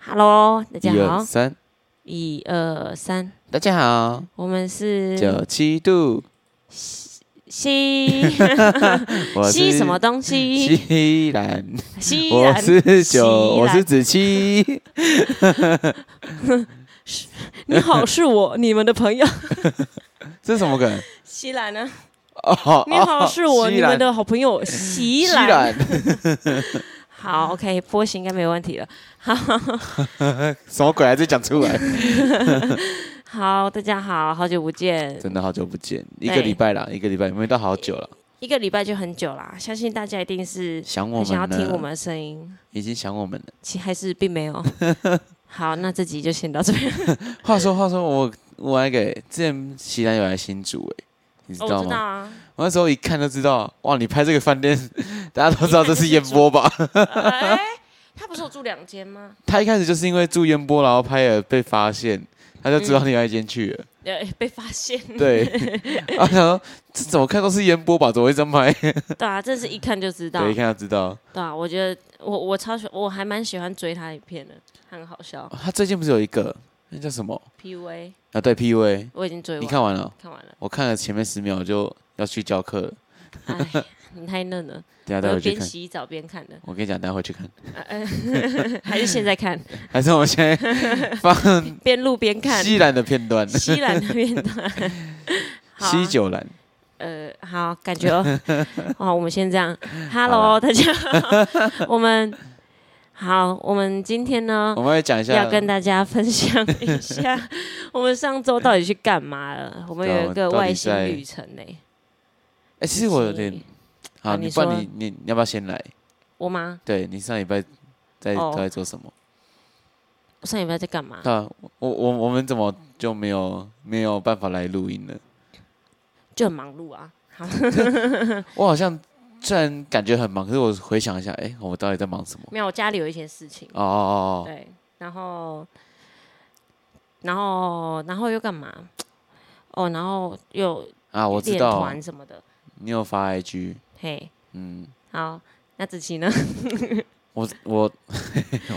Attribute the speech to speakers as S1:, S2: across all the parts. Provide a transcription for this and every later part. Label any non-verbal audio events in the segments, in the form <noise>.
S1: Hello，大家
S2: 一二
S1: 好，
S2: 三，
S1: 一二三，
S2: 大家好，
S1: 我们是
S2: 九七度，
S1: 吸
S2: <laughs> 我
S1: 吸
S2: 是
S1: 什么东西？
S2: 西兰，
S1: 吸
S2: 我
S1: 然
S2: 是
S1: 西
S2: 九，我
S1: 兰
S2: 是子七，
S1: 你好，是我，你们的朋友
S2: 这是什么梗？
S1: 西兰
S2: <laughs>
S1: 呢？<laughs>
S2: 哦，
S1: 你好，
S2: 哦
S1: 是我，
S2: 西
S1: 你们
S2: 兰
S1: 的好朋友西
S2: 西
S1: 兰。
S2: 兰， <laughs>
S1: 好，OK，波形应该没问题了。
S2: 什么鬼还在讲出来？
S1: 好，大家好，好久不见，
S2: 真的好久不见，一
S1: 对
S2: 个礼拜啦，一个礼拜，没到好久了，
S1: 一个礼拜就很久啦，相信大家一定是
S2: 想我
S1: 很想要
S2: 们
S1: 听我
S2: 了，
S1: 们的声音，
S2: 已经想我们了。
S1: 其还是并没有。
S2: <laughs>
S1: 好，那这集就先到这边。
S2: 话说，话说，我我还给之前西兰有来新竹哎，你知
S1: 哦
S2: 道
S1: 我知道
S2: 吗？
S1: 啊，
S2: 我那时候一看就知道，哇，你拍这个饭店， <laughs> 大家都知道这是烟波吧？
S1: 哎，他不是有住两间吗？
S2: 他一开始就是因为住烟波，然后拍了被发现，他就知道另外一间去了。
S1: 呃，被发现。
S2: 对，然后想说这怎么看都是烟波吧，怎么会这样拍？
S1: <laughs> 对啊，这是一看就知道。
S2: 对，一
S1: 对
S2: 看就知道。
S1: 啊，我觉得我我超喜，我还蛮喜欢追他的影片的，很好笑。
S2: 哦他最近不是有一个那叫什么
S1: PUA
S2: 啊？对，PUA，
S1: 我已经追完，
S2: 你看完了？
S1: 看完了。
S2: 我看了前面十秒就要去教课了，
S1: 哎，你太嫩
S2: <laughs>
S1: 了，
S2: 等一下
S1: 我
S2: 带
S1: 有
S2: 回去
S1: 边
S2: 看。
S1: 洗澡边看的， <laughs>
S2: 我跟你讲，待会去看， <laughs>
S1: 呃呃还是现在看，
S2: 还是我们现在放
S1: 边录边看。
S2: 西兰的片段，
S1: 西兰那边的， <laughs>
S2: <laughs>
S1: 好啊
S2: 西九兰，
S1: 呃，好，感觉
S2: <laughs>
S1: 哦，好，我们先这样。Hello，大家好，我们好，我们今天呢
S2: 我们会讲一下
S1: 要跟大家分享一下
S2: <laughs>
S1: 我们上周到底去干嘛了。我们
S2: 对啊
S1: 有一个
S2: 我们到底
S1: 外星
S2: 在
S1: 旅程呢、
S2: 哎，其实我有点
S1: 啊
S2: 好，
S1: 你
S2: 你不然
S1: 说
S2: 你你你要不要先来？
S1: 我吗？
S2: 对你上礼拜在
S1: 哦
S2: 都在做什么？
S1: 我上礼拜在干嘛？
S2: 啊，我我我们怎么就没有没有办法来录音呢？
S1: 就很忙碌啊。好， <laughs>
S2: 我好像虽然感觉很忙，可是我回想一下，哎、我到底在忙什么？
S1: 没有，我家里有一些事情。
S2: 哦哦哦
S1: 对，然后，然后，然后又干嘛？哦，然后又
S2: 哦，啊，我知
S1: 练
S2: 道，
S1: 团什么的。
S2: 你有发 IG，
S1: 嘿，
S2: 嗯，
S1: 好，那子琪呢？
S2: 我我 <laughs>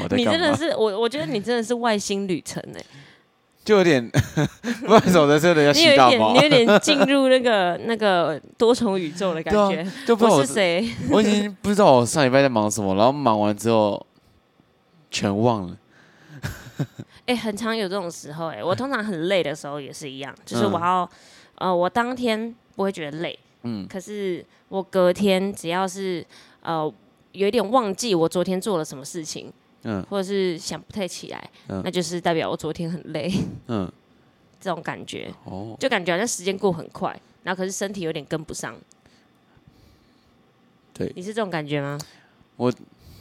S2: 我在
S1: 你真
S2: 干
S1: 的
S2: 嘛？
S1: 是我，我觉得你真的是外星旅程哎、
S2: 就有点 <laughs> 不好意思，我在这里要
S1: 你有
S2: 洗
S1: 一
S2: 大
S1: 点，
S2: 毛
S1: 你，有点进入那个那个多重宇宙的感
S2: 对啊
S1: 觉。 <laughs>
S2: 就不知道
S1: 我
S2: 我
S1: 是谁？
S2: 我已经不知道我上礼拜在忙什么，然后忙完之后全忘了。
S1: 哎、很常有这种时候哎、我通常很累的时候也是一样，就是我
S2: 嗯
S1: 要、呃，我当天不会觉得累，
S2: 嗯，
S1: 可是我隔天只要是呃有一点忘记我昨天做了什么事情，
S2: 嗯
S1: 或者是想不太起来，
S2: 嗯
S1: 那就是代表我昨天很累，
S2: 嗯，
S1: <laughs> 这种感觉
S2: 哦，
S1: 就感觉好像时间过很快，然后可是身体有点跟不上。
S2: 对
S1: 你是这种感觉吗？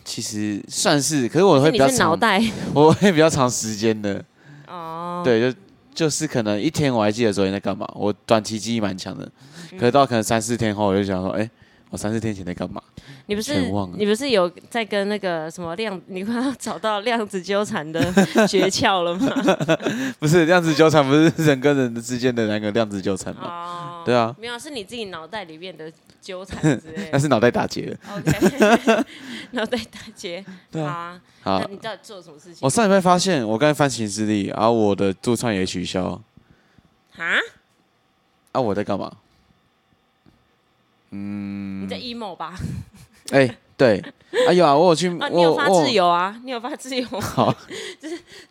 S2: 其实算是，可是我会
S1: 是你
S2: 比较
S1: 是脑
S2: 长，
S1: 袋 <laughs>
S2: 我会比较长时间的。
S1: 哦，
S2: 对，就就是可能一天我还记得昨天在干嘛，我短期记忆蛮强的，
S1: 嗯
S2: 可是到可能三四天后我就想说，哎、我三四天前在干嘛？ <laughs>
S1: 你不是
S2: 全忘了
S1: 你不是有在跟那个什么量， <laughs> 你快要找到量子纠缠的 <laughs> 诀窍了吗？
S2: 不是量子纠缠，
S1: <laughs>
S2: 不是人跟人之间的那个量子纠缠吗？
S1: 哦，
S2: 对啊，
S1: 没有，是你自己脑袋里面的纠缠之类
S2: <laughs> 那
S1: 的。
S2: 是脑袋打结了。
S1: OK，脑袋打结，好
S2: 对啊
S1: 啊。
S2: 好
S1: 那，你到底做了什么事情
S2: 我？上礼拜发现我刚才翻行事历，然、后我的驻唱也取消，
S1: 啊？
S2: 啊，我在干
S1: <laughs>
S2: 嘛？
S1: 你
S2: 嗯
S1: 在 emo 吧？
S2: 哎、对，哎有啊，我有去，
S1: 啊，你
S2: 我
S1: 有发
S2: 我
S1: 自由啊？你有发自由？<laughs>
S2: <laughs> 好，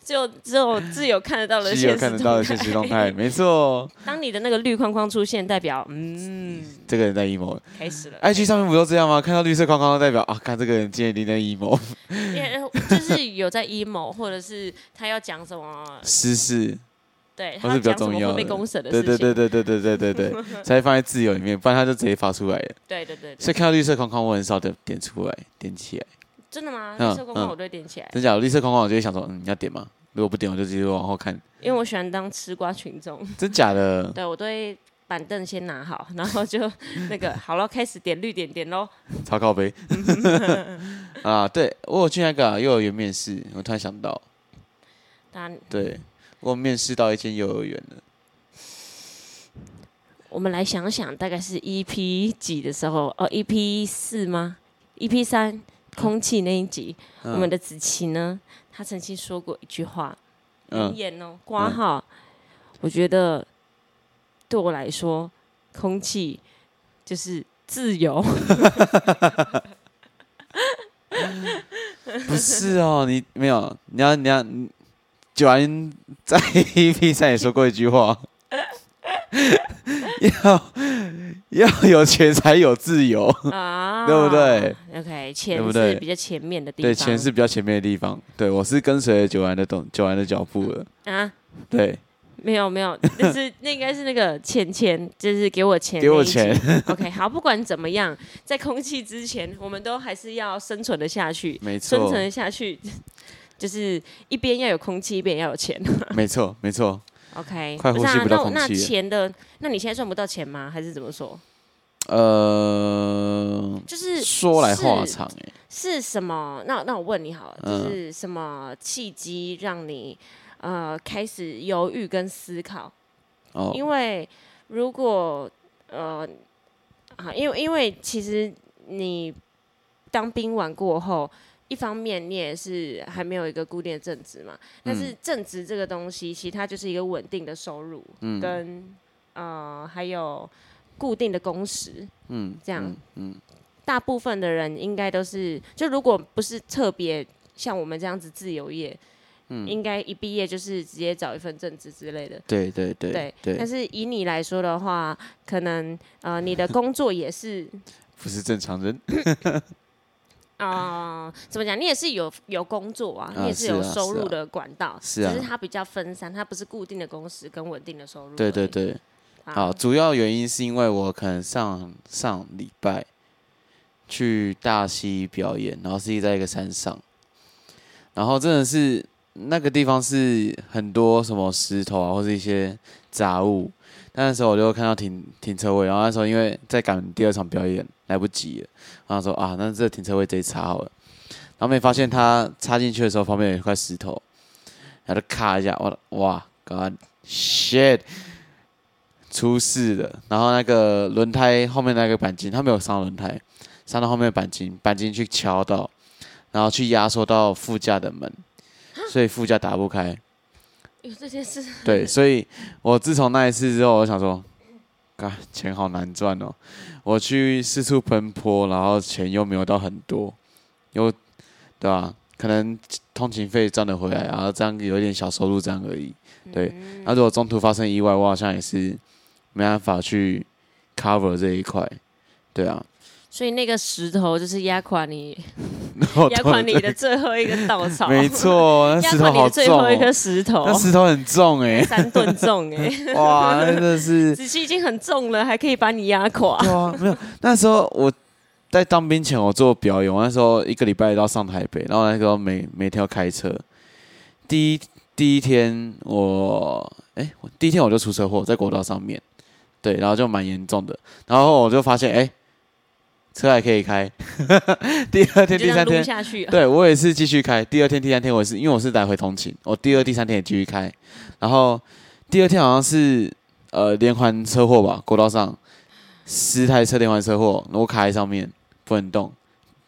S1: 只有只有自由看得到的
S2: 是有
S1: 现
S2: 看
S1: 实
S2: 得到
S1: 动
S2: 的现实动
S1: 态。
S2: 态，没错，
S1: <laughs> 当你的那个绿框框出现，代表嗯，
S2: 这个人在 emo 了。
S1: 开始了。
S2: IG 上面不都这样吗？看到绿色框框就代表啊，看这个人今天一定在 <laughs> emo。
S1: 也呃就是有在 emo，或者是他要讲什么，
S2: 私事，
S1: 对他
S2: 或哦是
S1: 要
S2: 比较
S1: 讲什么
S2: 重要
S1: 会被
S2: 的
S1: 公审的事
S2: 对
S1: 情。
S2: 对对对对对对对对，才放在自由里面，不然他就直接发出来了。
S1: 对对对对
S2: 所以看到绿色框框，我很少点点出来，点起来。
S1: 真的吗？
S2: 嗯
S1: 绿色光光
S2: 嗯
S1: 我都会点起来，
S2: 真假的绿色框框，我就会想说，嗯，你要点吗？如果不点，我就直接往后看。
S1: 因为我喜欢当吃瓜群众，
S2: 真假的？
S1: 对我都会板凳先拿好，然后
S2: <laughs>
S1: 就那个好了，开始点绿点点喽。
S2: 超靠背。啊，对我有去那个啊幼儿园面试，我突然想到，
S1: 那
S2: 对我有面试到一间幼儿园了。
S1: 我们来
S2: 嗯
S1: 想想，大概是 EP 几的时候？哦，EP 四吗？EP 三空气那一集，我们的子琪呢，她曾经说过一句话，名
S2: 嗯，
S1: 言哦，挂号。我觉得对我来说，空气就是自由。
S2: 不是哦，你没有，你要你要，你九安在 EP 上也说过一句话， <laughs> 要要有钱才有自由， <laughs>
S1: 啊，
S2: 对不对
S1: ？OK，钱
S2: 对不对
S1: 是比较前面的地方。
S2: 对，钱是比较前面的地方，对我是跟随着九安的动九安的脚步的，
S1: 啊，
S2: 对，
S1: 没有没
S2: <laughs>
S1: 有，但是那应该是那个钱钱，就是给我钱，
S2: 给我钱。，
S1: <laughs> OK，好，不管怎么样，在空气之前，我们都还是要生存的下去，
S2: 没错
S1: 生存的下去。就是一边要有空气，一边要有钱。
S2: 没错没错，
S1: OK，
S2: <laughs> 快呼吸
S1: 是啊
S2: 不到空
S1: 那那
S2: 气了
S1: 钱的，那你现在赚不到钱吗？还是怎么说？
S2: 呃，
S1: 就是
S2: 说来话
S1: 是
S2: 长哎、
S1: 是什么？那那我问你好了，
S2: 嗯
S1: 就是什么契机让你呃开始犹豫跟思考？
S2: 哦，
S1: 因为如果呃啊，因为因为其实你当兵完过后，一方面你也是还没有一个固定的正职嘛，
S2: 嗯
S1: 但是正职这个东西，其实它就是一个稳定的收入，
S2: 嗯
S1: 跟呃还有固定的工时，
S2: 嗯，
S1: 这样
S2: 嗯嗯
S1: 大部分的人应该都是，就如果不是特别像我们这样子自由业，
S2: 嗯
S1: 应该一毕业就是直接找一份正职之类的。
S2: 对对对
S1: 对，但
S2: 对，
S1: 是以你来说的话，可能呃，你的工作也是
S2: 不是正常人，
S1: 啊、呃怎么讲？你也是有有工作啊，
S2: 啊
S1: 你也是
S2: 是啊
S1: 有
S2: 是啊
S1: 收入的管道，
S2: 是啊
S1: 只是它比较分散，它不是固定的工时跟稳定的收入。啊
S2: 对对，对。好，
S1: 好，
S2: 主要原因是因为我可能上上礼拜去大溪表演，然后是在一个山上，然后真的是那个地方是很多什么石头啊，或是一些杂物。那时候我就看到停停车位，然后那时候因为在赶第二场表演，来不及了，然后说啊，那这停车位直接插好了。然后没发现他插进去的时候，旁边有一块石头，然后就咔一下，我哇，God shit！出事了，然后那个轮胎后面那个钣金，它没有伤轮胎，伤到后面的钣金，钣金去敲到，然后去压缩到副驾的门，所以副驾打不开。
S1: 有哎这件事， <laughs>
S2: 对，所以我自从那一次之后，我想说，啊，钱好难赚哦。我去四处奔波，然后钱又没有到很多，又对吧、可能通勤费赚得回来，然后这样有一点小收入这样而已。
S1: 嗯
S2: 对，那、如果中途发生意外，我好像也是没办法去 cover 这一块。对啊，
S1: 所以那个石头就是压垮你，
S2: 我
S1: 压
S2: 懂
S1: 垮你
S2: 这
S1: 的最后一个稻草，
S2: 个 <laughs> 没，错，那
S1: 压
S2: 石
S1: 垮
S2: 头
S1: 你
S2: 好
S1: 的最
S2: 重、
S1: 后一颗
S2: 哦，
S1: 石头
S2: 那，
S1: <laughs>
S2: 石头很重哎、
S1: 三吨重哎、
S2: 哇，那真的是
S1: <laughs> 子期已经很重了，还可以把你压垮。
S2: 对啊，没有。那时候我在当兵前，我做表演，我那时候一个礼拜到上台北，然后那时候每每天要开车。第一第一天我，哎、我第一天我就出车祸，在国道上面，对，然后就蛮严重的。然后我就发现，哎、车还可以开。 <laughs> 第二
S1: <laughs> 你
S2: 天、
S1: 就
S2: 第
S1: 这样
S2: 三
S1: 撸
S2: 天，
S1: 下去，
S2: 对啊我也是继续开。第二天、第三天我也是，因为我是来回通勤，我第二、第三天也继续开。然后第二天好像是呃连环车祸吧，国道上十台车连环车祸，我卡在上面不能动，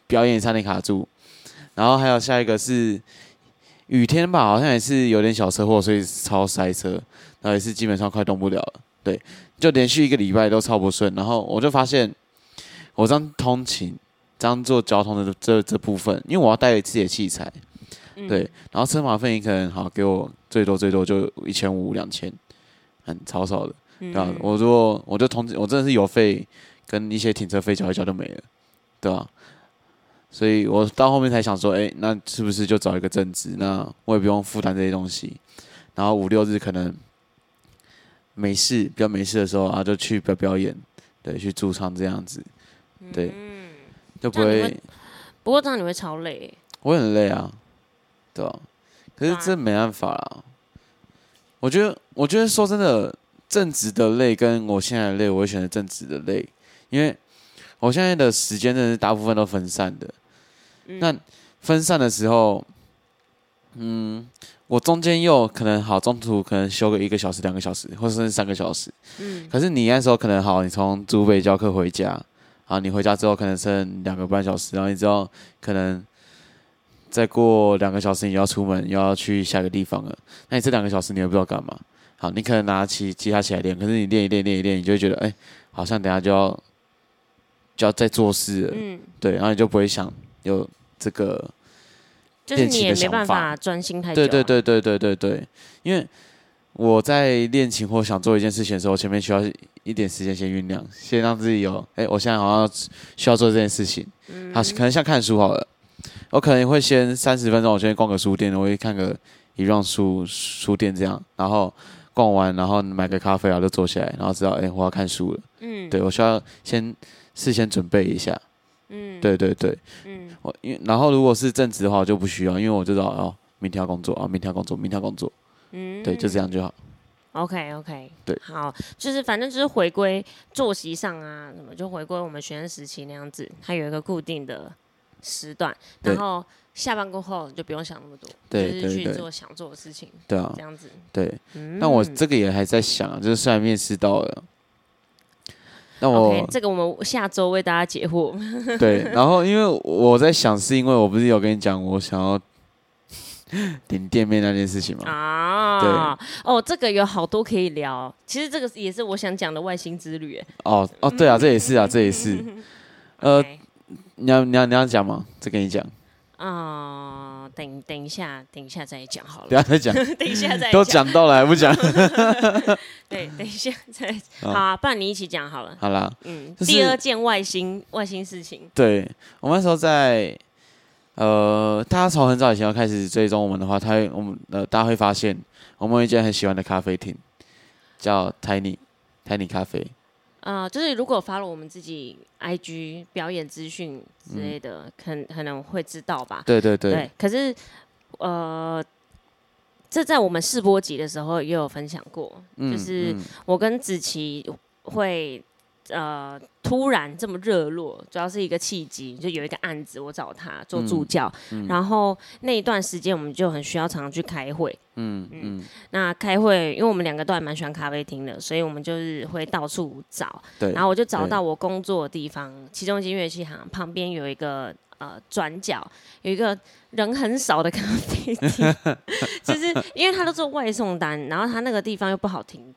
S2: 表演差点卡住。然后还有下一个是雨天吧，好像也是有点小车祸，所以超塞车，然后也是基本上快动不了了。对，就连续一个礼拜都超不顺，然后我就发现我这样通勤。这样做交通的这这部分，因为我要带自己的器材，
S1: 嗯
S2: 对，然后车马费你可能好给我最多最多就一千五两千，很超少的，对吧、
S1: 嗯
S2: 我如果我就通知我真的是油费跟一些停车费交一交就没了，对吧、所以我到后面才想说，哎、那是不是就找一个正职？那我也不用负担这些东西，然后五六日可能没事，比较没事的时候啊，就去表表演，对，去驻唱这样子，对，就
S1: 嗯
S2: 不
S1: 那你
S2: 会
S1: 会不过这样你会超累，欸
S2: 我很累啊，对啊，可是这没办法啦。我觉得，我觉得说真的，正职的累跟我现在的累，我会选择正职的累，因为我现在的时间真的是大部分都分散的。那分散的时候，嗯，我中间又可能好，中途可能休个一个小时、两个小时，或者是三个小时。
S1: 嗯
S2: 可是你那时候可能好，你从竹北教课回家，好，你回家之后可能剩两个半小时，然后你知道可能再过两个小时你要出门，又要去下个地方了。那你这两个小时你也不知道干嘛。好，你可能拿起吉他起来练，可是你练一练练一练，你就会觉得哎、好像等一下就要就要再做事了，
S1: 嗯，
S2: 对，然后你就不会想有这个
S1: 就是
S2: 练习
S1: 你也
S2: 的
S1: 没
S2: 想
S1: 办
S2: 法
S1: 法专心太久、啊
S2: 对对，对对对对对，因为我在练琴或想做一件事情的时候，前面需要一点时间先酝酿，先让自己有，哎、我现在好像需要做这件事情。好，
S1: 嗯
S2: 可能像看书好了，我可能会先三十分钟，我先逛个书店，我会看个一 round 书书店这样，然后逛完，然后买个咖啡，啊然后就坐下来，然后知道，哎、我要看书了。
S1: 嗯，
S2: 对我需要先事先准备一下。
S1: 嗯，
S2: 对对对，
S1: 嗯，
S2: 我因为然后如果是正职的话，我就不需要，因为我就知道哦，明天要工作啊，明天要工作，明天要工作。
S1: 嗯，
S2: 对，就这样就好。
S1: OK OK，
S2: 对，
S1: 好，就是反正就是回归作息上啊，什么就回归我们学生时期那样子，它有一个固定的时段，
S2: 对
S1: 然后下班过后你就不用想那么多，
S2: 对
S1: 就
S2: 对
S1: 是去
S2: 对
S1: 做想做的事情，
S2: 对啊
S1: 这，样子。
S2: 对。
S1: 嗯，
S2: 那我这个也还在想啊，就是虽然面试到了，那我
S1: OK，这个我们下周为大家解 <laughs> 惑。
S2: 对，然后因为我在想，是因为我不是有跟你讲我想要 <laughs> 顶店面那件事情嘛？
S1: 啊，哦，这个有好多可以聊，其实这个也是我想讲的外星之旅。哎
S2: 哦哦，对啊，这也是啊，这也是。
S1: 嗯 <laughs>
S2: 呃，
S1: OK
S2: 你要你要你要讲吗？再跟你讲，
S1: 啊、等等一下，等一下再讲好
S2: 不
S1: 了，
S2: 要再讲，
S1: 等一下 <laughs> 再
S2: 都讲到了还不讲？ <laughs>
S1: 对，等一下再好
S2: 好
S1: 啊，不然你一起讲好了。
S2: 好啦，
S1: 嗯，
S2: 就是
S1: 第二件外星外星事情，
S2: 对我们那时候在，呃，大家从很早以前要开始追踪我们的话，他会我们呃，大家会发现我们有一间很喜欢的咖啡厅，叫 Tiny Tiny 咖啡。
S1: 呃，就是如果发了我们自己 IG 表演资讯之类的，可可能会知道吧。
S2: 对对对，
S1: 可是呃，这在我们试播集的时候也有分享过，
S2: 嗯
S1: 就是
S2: 嗯
S1: 我跟子琪会呃突然这么热络，主要是一个契机，就有一个案子我找他做助
S2: 嗯
S1: 教，然后那一段时间我们就很需要常常去开会。
S2: 嗯嗯，
S1: 那开会，因为我们两个都还蛮喜欢咖啡厅的，所以我们就是会到处找。
S2: 对。
S1: 然后我就找
S2: 对
S1: 到我工作的地方，其中一间乐器行旁边有一个呃转角，有一个人很少的咖啡
S2: <laughs>
S1: 厅，就是因为他都做外送单，然后他那个地方又不好停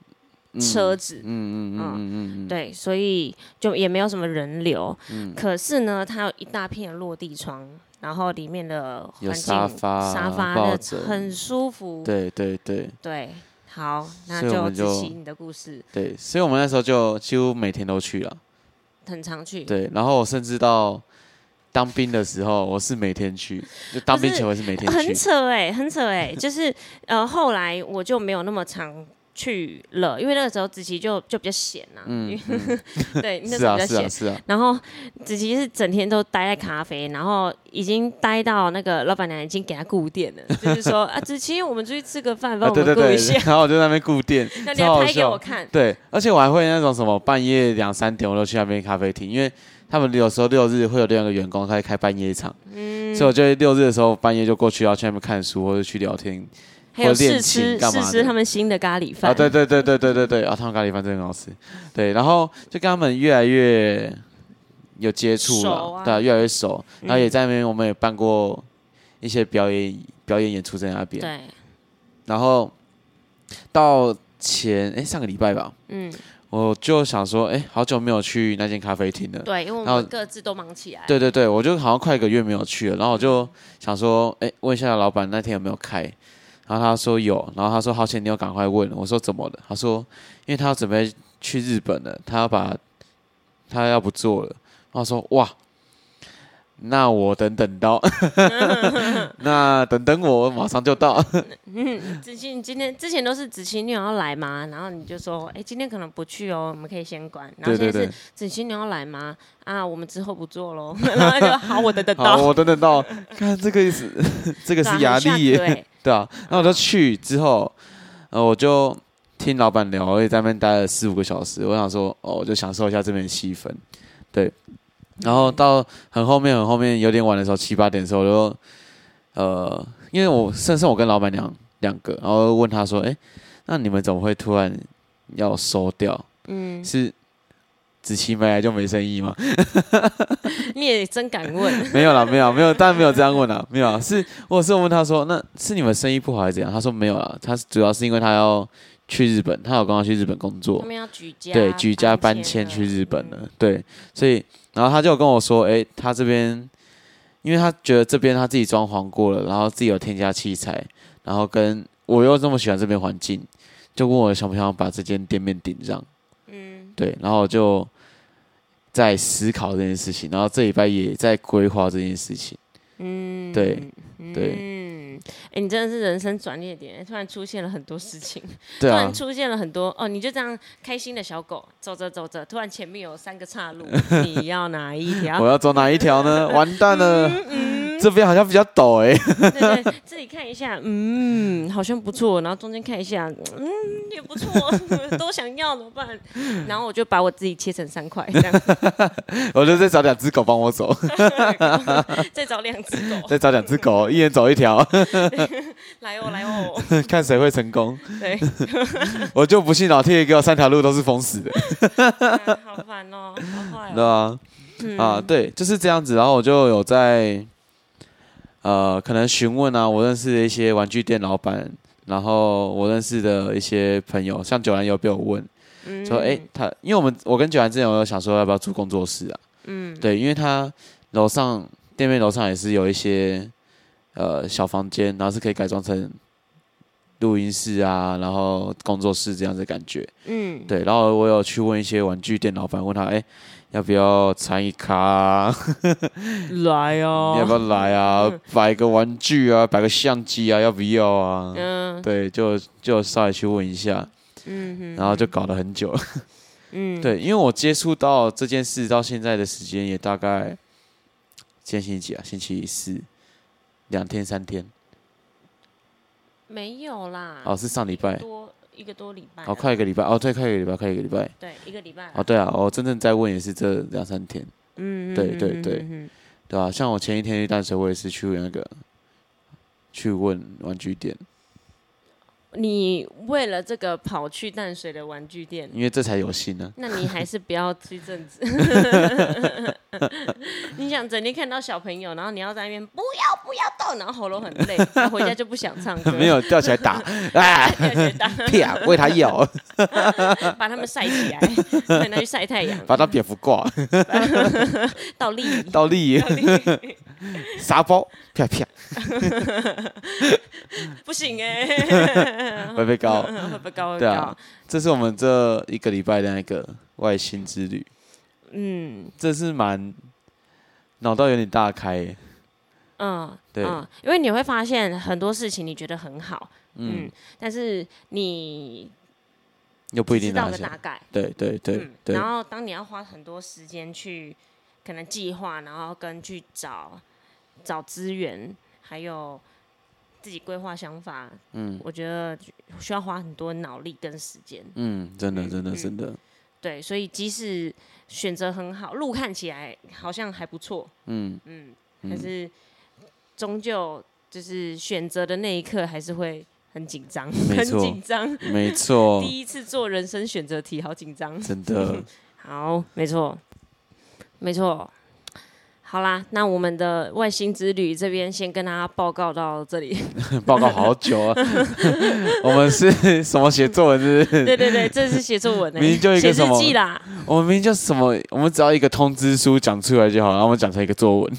S1: 车子，
S2: 嗯嗯
S1: 嗯
S2: 嗯嗯嗯嗯，嗯
S1: 对，所以就也没有什么人流。可是呢，它有一大片落地窗，然后里面的环
S2: 有
S1: 境
S2: 沙发
S1: 沙发
S2: 抱
S1: 的
S2: 枕
S1: 很舒服。
S2: 嗯对对对
S1: 对好，那
S2: 所以我
S1: 就
S2: 们
S1: 子
S2: 就
S1: 琪你的故事
S2: 对，所以我们那时候就几乎每天都去了。
S1: 很常去。
S2: 对，然后我甚至到当兵的时候，我是每天去，就当兵
S1: 不是
S2: 前我是每天
S1: 很
S2: 去。
S1: 扯哎、很扯哎、就是呃，后来我就没有那么常去了，因为那个时候子琪就就比较闲呐、因
S2: 嗯
S1: 为，<laughs>
S2: 嗯
S1: 对，那
S2: 是
S1: 时候
S2: 啊
S1: 比较
S2: 是
S1: 闲
S2: 啊。是啊，
S1: 然后子琪是整天都待在咖啡，然后已经待到那个老板娘已经给他顾店了，就是说啊，子琪，我们出去吃个饭，帮
S2: 啊
S1: 我
S2: 对
S1: 们
S2: 对
S1: 顾
S2: 对
S1: 一下。，
S2: 然后我就在那边固定，
S1: <laughs>
S2: <laughs>
S1: 那你
S2: 超
S1: 要
S2: 好
S1: 拍给
S2: 笑
S1: 我。看，
S2: 对，而且我还会那种什么半夜两三点我就去那边咖啡厅，因为他们有时候六日会有两个员工他会开半夜场，
S1: 嗯
S2: 所以我就会六日的时候半夜就过去，然后去那边看书或者去聊天。
S1: 还有
S2: 或练
S1: 试吃
S2: 琴干
S1: 试
S2: 嘛
S1: 吃
S2: 的
S1: 他们新的咖喱饭。
S2: 啊，对对对对对对对，啊，他们咖喱饭真的很好吃。对，然后就跟他们越来越有接触
S1: 熟
S2: 了，
S1: 啊
S2: 对、越来越熟。然后也
S1: 嗯
S2: 在那边我们也办过一些表演表演演出在那边。
S1: 对，
S2: 然后到前哎上个礼拜吧，
S1: 嗯，
S2: 我就想说，哎，好久没有去那间咖啡厅了。
S1: 对，因为我
S2: 然后
S1: 们各自都忙起来。
S2: 对对对，我就好像快一个月没有去了，然后我就想说，哎，问一下老板那天有没有开，然后他说有，然后他说好哦哎险你有赶快问，我说怎么了？他说因为他要准备去日本了，他要把他要不做了，然后我说哇，那我等等到，那等等我马上就到，
S1: 子琪，你今天之前都是子琪，你有要来吗？然后你就说，哎、今天可能不去哦，我们可以先关。然后
S2: 对对
S1: 现在
S2: 对
S1: 是，子琪，你要来吗？啊，我们之后不做喽。 <laughs> 然后就好，我等得
S2: 好，
S1: 到。
S2: 我等等到，看这个是哦 <laughs> 这
S1: <laughs>
S2: 个
S1: 对啊
S2: 是压
S1: 很 shock
S2: 力耶。
S1: 欸
S2: <laughs> 对啊，然后我就去之后，呃，我就听老板聊，我也在那边待了四五个小时。我想说，哦，我就享受一下这边的气氛，对。然后到很后面、很后面有点晚的时候，七八点的时候，我就呃，因为我剩剩我跟老板娘两个，然后问他说，哎，那你们怎么会突然要收掉？
S1: 嗯，
S2: 是只骑没来就没生意吗？
S1: 你也真敢问，
S2: <laughs> 没有啦，没有没有，当然没有这样问啦，没有啦。是我是有问他说，那是你们生意不好还是怎样？他说没有啦，他主要是因为他要去日本，他有跟他去日本工作
S1: 他，们要举家
S2: 对，举家搬
S1: 迁
S2: 迁
S1: 了
S2: 去日本了，，对，所以然后他就有跟我说，诶，他这边，因为他觉得这边他自己装潢过了，然后自己有添加器材，然后跟我又这么喜欢这边环境，就问我想不想把这间店面顶上，
S1: 嗯，
S2: 对，然后我就在思考这件事情，然后这礼拜也在规划这件事情，
S1: 嗯，
S2: 对
S1: 嗯，
S2: 对
S1: 嗯，哎，你真的是人生转捩点，突然出现了很多事情，突
S2: 对啊
S1: 然，出现了很多哦，你就这样开心的小狗走着走着，突然前面有三个岔路， <laughs> 你要哪一条
S2: 我？要走哪一条
S1: <laughs>
S2: 呢？完蛋了，
S1: 嗯
S2: 这边好像比较陡欸诶。
S1: 对 <laughs> 对，这里看一下，嗯，好像不错。然后中间看一下，嗯，也不错， <laughs> 都想要怎么办？然后我就把我自己切成三块，这样
S2: <laughs> 我就再找两只狗帮我走， <laughs>
S1: 再找两只狗，
S2: 再找两只狗，一人走一条， <laughs>
S1: 来哦来哦，
S2: 看谁会成功。
S1: 对，
S2: 我就不信老天爷给我三条路都是封死的，
S1: 啊好烦哦，好坏
S2: 对
S1: 哦，嗯
S2: 啊，啊，对，就是这样子。然后我就有在，呃，可能询问啊，我认识的一些玩具店老板，然后我认识的一些朋友，像九兰有被我问
S1: 嗯
S2: 说，诶，他因为我们我跟九兰之前我有想说要不要租工作室啊，
S1: 嗯，
S2: 对，因为他楼上店面楼上也是有一些呃小房间，然后是可以改装成录音室啊，然后工作室这样子的感觉。
S1: 嗯，
S2: 对，然后我有去问一些玩具店老板，问他，哎、要不要参与卡、啊？
S1: 来
S2: 你 <laughs> 要不
S1: 哦，
S2: 要来
S1: <laughs>
S2: 啊？摆个玩具啊，摆个相机啊，要不要啊？
S1: 嗯
S2: 对，就就稍微去问一下，
S1: 嗯哼，
S2: 然后就搞了很久。
S1: 嗯，
S2: 对，因为我接触到这件事到现在的时间也大概，今天星期几啊？星期四，两天三天，
S1: 没有啦，
S2: 哦，是上礼拜，
S1: 多一个多礼拜了，
S2: 哦，快一个礼拜，哦，对，快一个礼拜，快一个礼拜，
S1: 对一个礼拜了，
S2: 哦，对啊，我真正在问也是这两三天。
S1: 嗯，嗯
S2: 对对对，
S1: 嗯嗯嗯嗯
S2: 对啊，像我前一天去淡水，我也是去那个去问玩具店，
S1: 你为了这个跑去淡水的玩具店，
S2: 因为这才有心啊呢、
S1: <laughs> 那你还是不要去正职。 <laughs> 你想整天看到小朋友，然后你要在那边不要不要动，然后喉咙很累，然后回家就不想唱歌，
S2: <laughs> 没有吊起来打，啊，
S1: 要学打，
S2: 啪，为他咬，
S1: <laughs> 把他们晒起来， <laughs> 对拿去晒太阳，
S2: <laughs> 把他蝙蝠挂
S1: 倒立。 <laughs>
S2: 倒立， <laughs> 沙包，啪啪，
S1: 不行哎、
S2: 会被告。
S1: 会不会高？会
S2: 对
S1: 不会
S2: 啊
S1: 高？
S2: 这是我们这一个礼拜的那个外星之旅，
S1: 嗯
S2: 这是蛮脑袋有点大开耶，
S1: 嗯，
S2: 对
S1: 嗯，因为你会发现很多事情你觉得很好，
S2: 嗯
S1: 嗯，但是你
S2: 又不一
S1: 只
S2: 定
S1: 知道
S2: 拿
S1: 个
S2: 下
S1: 大。概，
S2: 对对对
S1: 嗯，
S2: 对
S1: 然，后当你要花很多时间去可能计划，然后跟去找找资源，还有自己规划想法，
S2: 嗯
S1: 我觉得需要花很多脑力跟时间。
S2: 嗯，真的真的
S1: 嗯
S2: 真的，
S1: 对，所以即使选择很好，路看起来好像还不错，
S2: 嗯。
S1: 嗯，但是终究就是选择的那一刻还是会很紧张，
S2: 没
S1: 很
S2: 错哦
S1: 紧张。
S2: 没
S1: <laughs>
S2: 错，
S1: 第一次做人生选择题，好紧张。
S2: 真的， <laughs>
S1: 好，没错，没错。好啦，那我们的外星之旅这边先跟大家报告到这
S2: <laughs>
S1: 里。
S2: 报告好久啊。 <laughs> 我们是什么写作文是不是？
S1: 对对对，这是写作文、欸，
S2: 明明就一个
S1: 写
S2: 什
S1: 日
S2: 么
S1: 记啦。
S2: 我们明明就什么，我们只要一个通知书讲出来就好，然后我们讲成一个作文，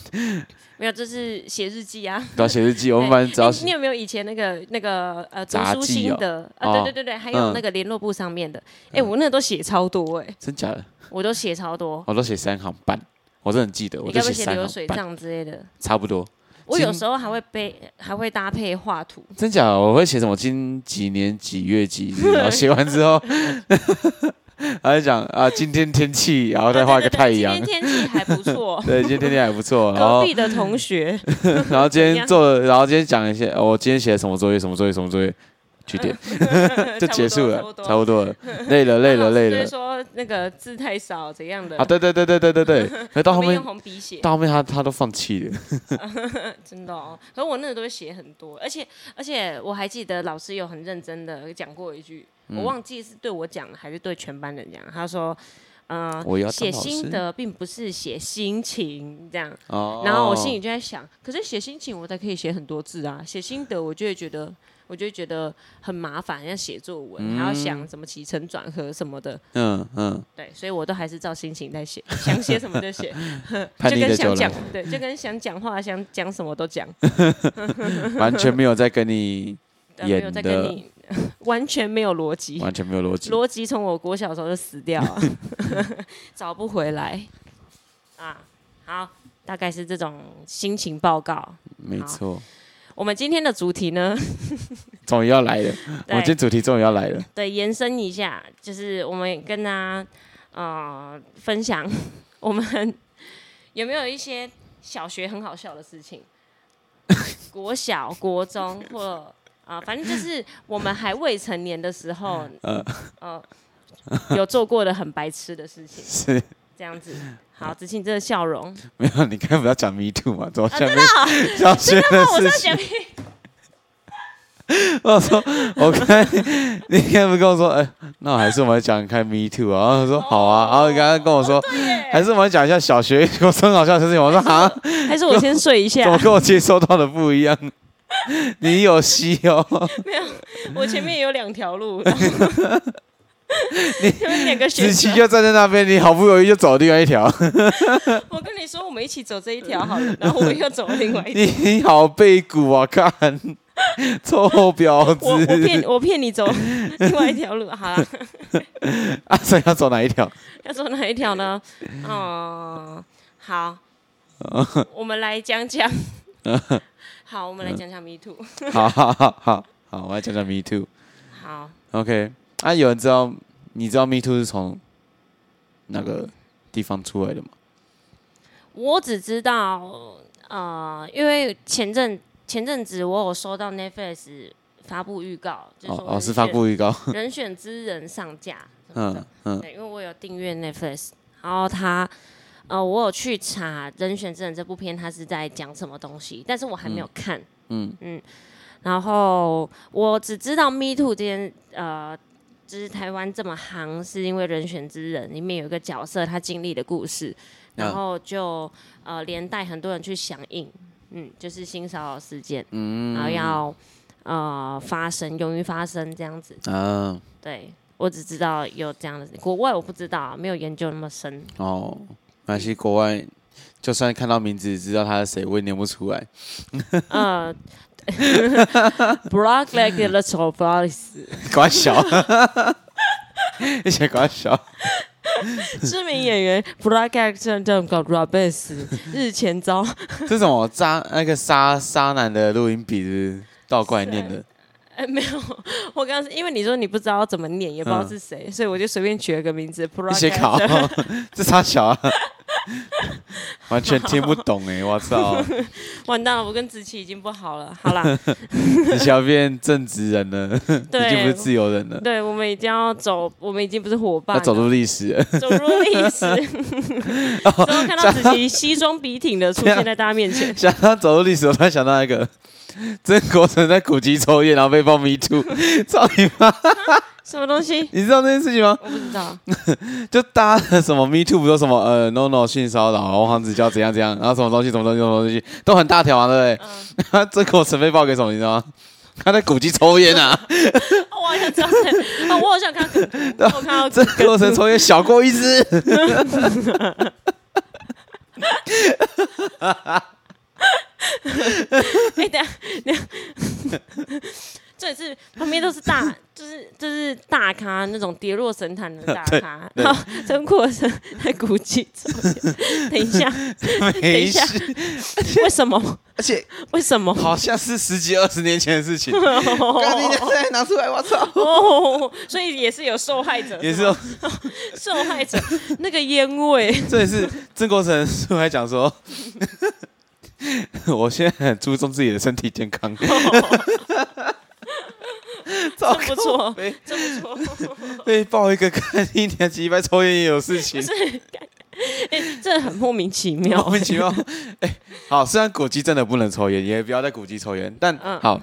S1: 没有，这是写日记
S2: <laughs>
S1: 啊。
S2: 然后写日记，我们反正只
S1: 哎
S2: 要
S1: 你
S2: 写
S1: 有没有以前那个那个呃读
S2: 杂
S1: 书
S2: 记
S1: 心
S2: 哦
S1: 得、啊？
S2: 哦
S1: 对对对对，还有
S2: 嗯
S1: 那个联络簿上面的，哎、我那个都写超多哎、
S2: 真假的，
S1: 我都写超多。
S2: 我都写三行半，我真的记得，我
S1: 你
S2: 就
S1: 该不会
S2: 写
S1: 写
S2: 三
S1: 流
S2: 行
S1: 水
S2: 半，
S1: 账之类的？
S2: 差不多。
S1: 我有
S2: 今
S1: 时候还会背，还会搭配画图。
S2: 真假的，我会写什么今几年几月几日，然后写完之后，还会讲啊今天天气，然后再画一个太阳，
S1: 啊。对对对今天天气还不错
S2: <laughs> 哦对，今天天气还不错，然
S1: 隔
S2: 后
S1: 壁的同学。
S2: 然后今
S1: 怎
S2: 天
S1: 样
S2: 做，然后今天讲一些，哦我今天写了什么作业，什么作业，什么作业，据点就结束了，差不多了，累了，累了，累
S1: 所以
S2: 了。
S1: 说那个字太少怎样的
S2: 啊，对对对对对对对，那到后
S1: 我们
S2: 面
S1: 用红笔写，
S2: 到后面他他都放弃了，
S1: 真的哦。可我那个都会写很多，而且而且我还记得老师有
S2: 嗯
S1: 啊很认真的讲过一句，我忘记是对我讲的还是对全班人讲，他说。呃
S2: 我要当
S1: 写
S2: 老师
S1: 心得，并不是写心情这样。
S2: 哦，
S1: 然后我心里就在想，可是写心情我才可以写很多字啊，写心得我就会觉得，我就会觉得很麻烦，要写作文，还要想什么起承转合什么的，
S2: 嗯嗯，
S1: 对，所以我都还是照心情在写，想写什么就
S2: <laughs>
S1: 写，
S2: 叛
S1: 就
S2: 逆
S1: 跟
S2: 的九
S1: 想讲
S2: 龙
S1: 对，就跟想讲话想讲什么都讲，
S2: 完全没有在
S1: <laughs>
S2: 跟你，
S1: 但没有
S2: 演
S1: 在
S2: 的
S1: 跟你完全没有逻辑，
S2: 完全没有逻辑。
S1: 逻辑从我国小的时候就死掉了，
S2: <laughs>
S1: 找不回来啊。好，大概是这种心情报告。
S2: 没错，
S1: 我们今天的主题呢，
S2: 终于要来了，我们
S1: 对
S2: 今天主题终于要来了。 <laughs>
S1: 对延伸一下，就是我们跟大家呃分享我们有没有一些小学很好笑的事
S2: <laughs>
S1: 情，国小、国中或啊、反正就是我们还未成年的时候，
S2: 呃
S1: 呃，有做过的很白痴的事情。
S2: <laughs> 是，
S1: 这样子。好，子晴这个笑
S2: <laughs>
S1: 容，
S2: 没有，你刚才不要讲 me too 嘛，怎么
S1: 啊，
S2: 下
S1: 真
S2: 面
S1: 的哦，
S2: 小学的
S1: 我
S2: 事
S1: 在
S2: 情
S1: 讲？，
S2: 我说，我看你刚才不跟我说，哎、那还是我们讲看 me too 啊？然后我说好
S1: 哦
S2: 啊，然后你刚刚跟我说， <laughs> 还是我们讲一下小学我很好笑的事情。
S1: <laughs>
S2: 我说哈，
S1: 还是我先睡一
S2: 怎
S1: 下
S2: 么。跟我接收到的不一样？你有吸哦，
S1: <laughs> 我前面也有两条
S2: <laughs>
S1: 路， <laughs> 然后有两个选
S2: 子琪
S1: 择。
S2: 就站在那边，你好不容易就走另外一条，
S1: 我跟你说，我们一起走这一条 <laughs> 好了，然后我又走另 <laughs> 外一条。
S2: <laughs> 你你好背骨啊，看， <laughs> 臭婊
S1: 我我骗
S2: <laughs> 子！
S1: 我骗你走另外一条路，好了，
S2: 阿神、啊要走哪一条？ <laughs>
S1: 要走哪一条呢？哦、
S2: <laughs>
S1: 好，我们来讲讲。好，我们来讲讲 Me Too。
S2: 好好好好好，我来讲讲 me too。
S1: 好，
S2: OK，啊，有人知道你知道 Me Too 是从哪个地方出来的吗？
S1: 我只知道，呃，因为前阵前阵子我有收到 Netflix 发布预告，就
S2: 哦
S1: 说
S2: 哦，
S1: 人
S2: 是发布预告，
S1: 选《人选之人》上架什么
S2: 嗯
S1: 的。
S2: 嗯
S1: 对，因为我有订阅 Netflix，然后他，呃，我有去查《人选之人》这部片，他是在讲什么东西，但是我还没有看。
S2: 嗯，
S1: 然后我只知道 Me Too 这件，呃，就是台湾这么行，是因为《人选之人》里面有一个角色他经历的故事，
S2: 啊
S1: 然后就呃连带很多人去响应，嗯，就是性骚扰事件，嗯，然后要呃发生，勇于发生这样子。
S2: 啊
S1: 对我只知道有这样的，国外我不知道啊，没有研究那么深。
S2: 哦，那些国外就算看到名字知道他是谁，我也念不出来。 <laughs>
S1: 呃，Block like the t o b o d i s
S2: 搞
S1: <laughs>
S2: 小， <laughs> 一些搞小，
S1: 知名演员 Block actor Tom g r o b i n s 日前遭
S2: 这种哦渣那个渣渣男的录音笔是不是倒过来念的，
S1: 哎，没有，我刚刚是因为你说你不知道怎么念，也不知道
S2: 嗯
S1: 是谁，所以我就随便取了个名字
S2: 一
S1: Block
S2: 些考
S1: actor。，
S2: 这傻小啊，完全听不懂哎、我操，
S1: 完蛋了，我跟子琪已经不好了。好
S2: <laughs>
S1: 啦，
S2: 你想要变正直人了，已经不
S1: 对
S2: 是。自由人了。
S1: 对，我们已经要走，我们已经不是伙伴
S2: 他
S1: 了，
S2: 走入历史了，
S1: 走入历
S2: <laughs>
S1: 史。之后看到子琪 <laughs> 西装笔挺的出现在大家面前，
S2: 想到走入历史，我突然想到那个曾国成在古籍抽烟，然后被爆 me too，操你妈！
S1: 什么东
S2: <laughs>
S1: 西？
S2: 你知道这件事情吗？
S1: 我不知道。
S2: 就搭的什么 me too，不是说什么呃 no no 性骚扰，黄子佼怎样怎样，然后什么东西什么东西什么东西都很大条嘛，对不对？
S1: 嗯
S2: <laughs> 他曾国成被爆给什么，你知道吗？他在古籍抽烟啊，
S1: <laughs> <laughs> 哦我好像知道谁，啊，我好像看到，
S2: <laughs>
S1: 哦我有看到
S2: 曾国成抽烟小过一
S1: <laughs>
S2: 支，
S1: 哎、等一下，等一下， <laughs> 这也是旁边都是
S2: <laughs>
S1: 大，就是就是大咖那种跌落神坛的大咖，
S2: 对对
S1: 然后曾国成在鼓起抽
S2: <laughs>
S1: 烟。等一下，
S2: 没
S1: 一下
S2: 事，
S1: 为什么？
S2: 而且
S1: 为什
S2: <laughs>
S1: 么？
S2: 好像是十几二十年前的
S1: <laughs>
S2: 事情，干你娘现在拿出来，我操！
S1: 哦，所以也是有受害者，
S2: 也是哦
S1: 吗
S2: 有
S1: 受害者，那个烟味，
S2: <laughs> 这也是郑国成是不是还讲说， <laughs> 我现在很注重自己的身体健康， <laughs>
S1: <laughs> 这
S2: 这
S1: 不
S2: <laughs>
S1: 错，
S2: 被
S1: 这不错。 <laughs>
S2: <laughs> 被爆一个看 <laughs> 一年几百抽烟也有事情，
S1: 哎、这很莫名其妙
S2: 莫。
S1: <laughs>
S2: 名其妙。哎、好，虽然古籍真的不能抽烟，也不要在古籍抽烟，但、
S1: 嗯
S2: 好，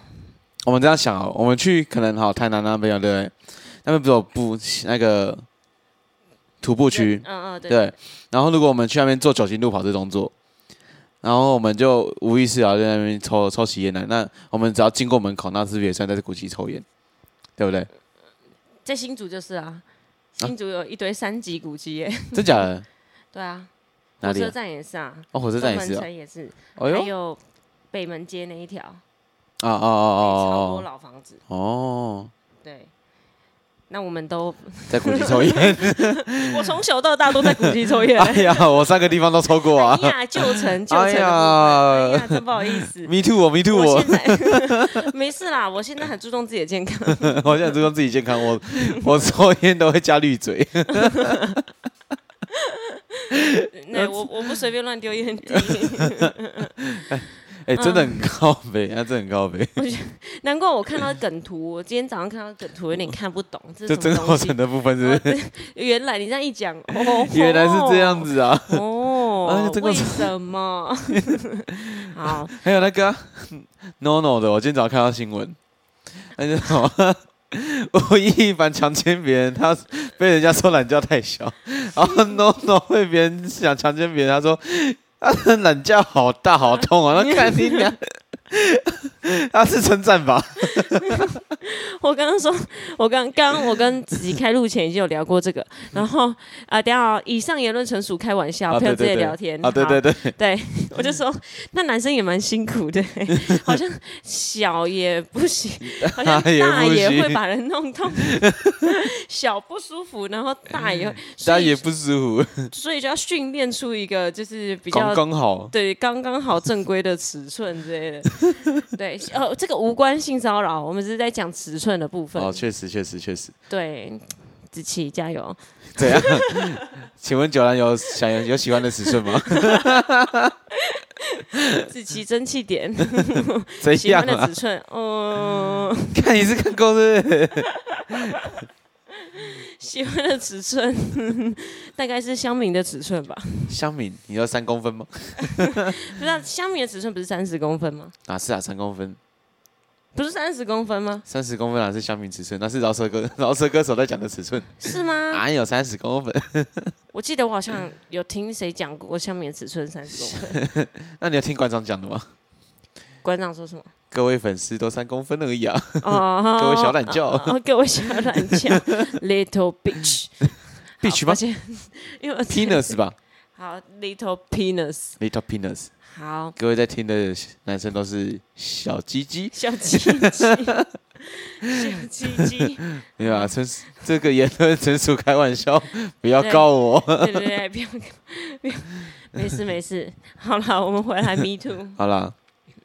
S2: 我们这样想哦，我啊们去可能好台南那边对不对？那边不是有布那个徒步区，
S1: 嗯嗯，对
S2: 对，啊然后如果我们去那边做酒精路跑这动作，然后我们就无意识啊在那边抽抽起烟来，那我们只要经过门口，那是不是也算在古迹抽烟？对不对？
S1: 在新竹就是啊，新竹有一堆三级古迹
S2: <laughs>
S1: 耶，
S2: 真假的？
S1: 对啊，
S2: 哪
S1: 火
S2: 里、
S1: 车
S2: 啊？
S1: 站也是啊，
S2: 哦，火车
S1: 东
S2: 站也
S1: 门
S2: 是啊。
S1: 城也是，
S2: 哦
S1: 还
S2: 哟，
S1: 有北门街那一条，
S2: 啊
S1: 超
S2: 啊
S1: 多
S2: 哦哦
S1: 老房子，
S2: 哦哦，
S1: 对。那我们都，
S2: 在古迹抽烟。
S1: 我从小到大都在古迹抽烟。
S2: <laughs> 哎呀，我三个地方都抽过啊
S1: 哎。呀，旧城旧城的部
S2: 哎
S1: 分，
S2: 呀
S1: 哎呀，真不好意
S2: <laughs>
S1: 思。
S2: Me too，我 Me too，
S1: 我
S2: 我
S1: 现在 <laughs> 没事啦，我现在很注重自己的健
S2: <laughs>
S1: 康。
S2: 我现在注重自己健康，我我抽烟都会加绿嘴。
S1: 那我我不随便乱丢烟 <laughs> 蒂，
S2: 哎、真的很高杯，啊，真的很高杯，
S1: 难怪我看到梗图，我今天早上看到梗图有点看不懂，这
S2: 就
S1: 什
S2: 是真
S1: 么
S2: 过
S1: 东西
S2: 程？的部分是不是？
S1: <laughs> 原来你这样一
S2: <laughs>
S1: 讲，哦，
S2: 原来是这样子啊！啊
S1: 哦
S2: 这，个
S1: 为什么？ <laughs> 好，
S2: 还有那个、啊、No No 的，我今天早上看到新闻，那是什么？ <laughs> 吴亦凡强奸别人，他被人家说懒觉太小，
S1: <laughs>
S2: 然后 No No 被别人想强奸别人，他说他的懒觉好大好痛啊！那看你
S1: <laughs>
S2: 俩，他是称赞吧？
S1: 我刚刚说，我刚刚我跟子怡开录前已经有聊过这个，然后啊，等一下哦以上言论纯属开玩笑，
S2: 啊
S1: 朋友
S2: 对
S1: 之间的
S2: 对对
S1: 聊天
S2: 啊，对
S1: 好
S2: 对对，
S1: 对，我就说那男生也蛮辛苦的、好像小也不
S2: <laughs>
S1: 行，好像
S2: 大也
S1: 大
S2: 不
S1: 也会
S2: 行
S1: 把人弄痛，小不舒服，然后大也会，所
S2: 大家
S1: 以
S2: 也不舒服，
S1: 所以就要训练出一个就是比较
S2: 刚刚好。
S1: 对刚刚好正规的尺寸之类
S2: <laughs>
S1: 的。对，呃，这个无关性骚扰，我们只是在讲尺寸的部分。
S2: 哦，确实确实确实，
S1: 对，子琪加
S2: <laughs>
S1: 油。<laughs>
S2: 怎样？请问九兰有想有有喜欢的尺寸
S1: <laughs>
S2: 吗？
S1: 子琪争气点，
S2: 怎
S1: 喜
S2: 样
S1: 欢的
S2: 啊
S1: 尺？寸，嗯、
S2: 看你是看够是不是？
S1: 喜欢的尺寸 <laughs> 大概是香茗的尺寸吧？
S2: 香敏，你要三公分吗？
S1: 不是、啊、香茗的尺寸不是三十公分吗？
S2: 哪是啊？三公分，
S1: 不是三十公分吗？
S2: 三十公分啊哪是香敏尺寸？那是饶舌歌 <laughs> 饶舌歌手在讲的尺寸，
S1: 是吗？
S2: 哪有三十公分？ <laughs>
S1: 我记得我好像有听谁讲过香茗的尺寸三十公分，
S2: 那你有听馆长讲的吗？
S1: 馆长说什么？
S2: 各位粉丝都三公分而已啊！
S1: 哦，
S2: <laughs> 各位小懒觉
S1: 哦，哦各位小懒觉，little bitch
S2: <laughs> 必须
S1: 抱
S2: 吗
S1: 歉， <laughs> 因为我
S2: ？Penis 吧
S1: 好 little penis
S2: ，Little Penis。
S1: 好
S2: 各位在听的男生都是小鸡鸡，
S1: 小鸡
S2: <laughs>
S1: 鸡小鸡鸡，
S2: 对吧？纯属这个言论纯属开玩笑， <laughs> 不要
S1: 对
S2: 告我。
S1: 对对对，不要不要，没事没事，好了，我们回
S2: <laughs>
S1: 来 me too，
S2: 好啦，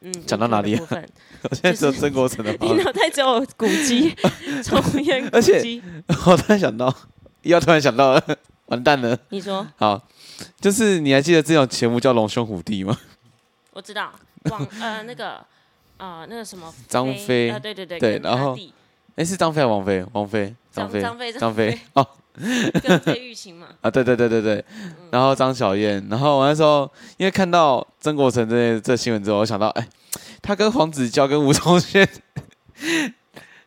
S1: 嗯，
S2: 讲到哪里
S1: Me
S2: 啊
S1: too 的部分
S2: 我现在只有曾国成的 <laughs> 话
S1: 你脑袋只有古
S2: <laughs>
S1: 迹，抽烟古
S2: 而且
S1: 迹。
S2: 我突然想到，又突然想到了，完蛋了。
S1: 你说，
S2: 好，就是你还记得这种节目叫《龙兄虎弟》吗？
S1: 我知道，网呃那个呃那个什么
S2: 张飞
S1: 啊，对对对
S2: 对
S1: 跟他
S2: 然后
S1: 弟
S2: 哎，是张飞还是王菲？王菲，
S1: 张
S2: 飞，
S1: 张飞
S2: 张飞
S1: 张飞。
S2: 哦
S1: 跟费玉清嘛，
S2: 啊，对对对对对。
S1: 嗯
S2: 然后张小燕，然后我那时候因为看到曾国成这这新闻之后，我想到，哎，他跟黄子佼跟吴宗宪， <laughs>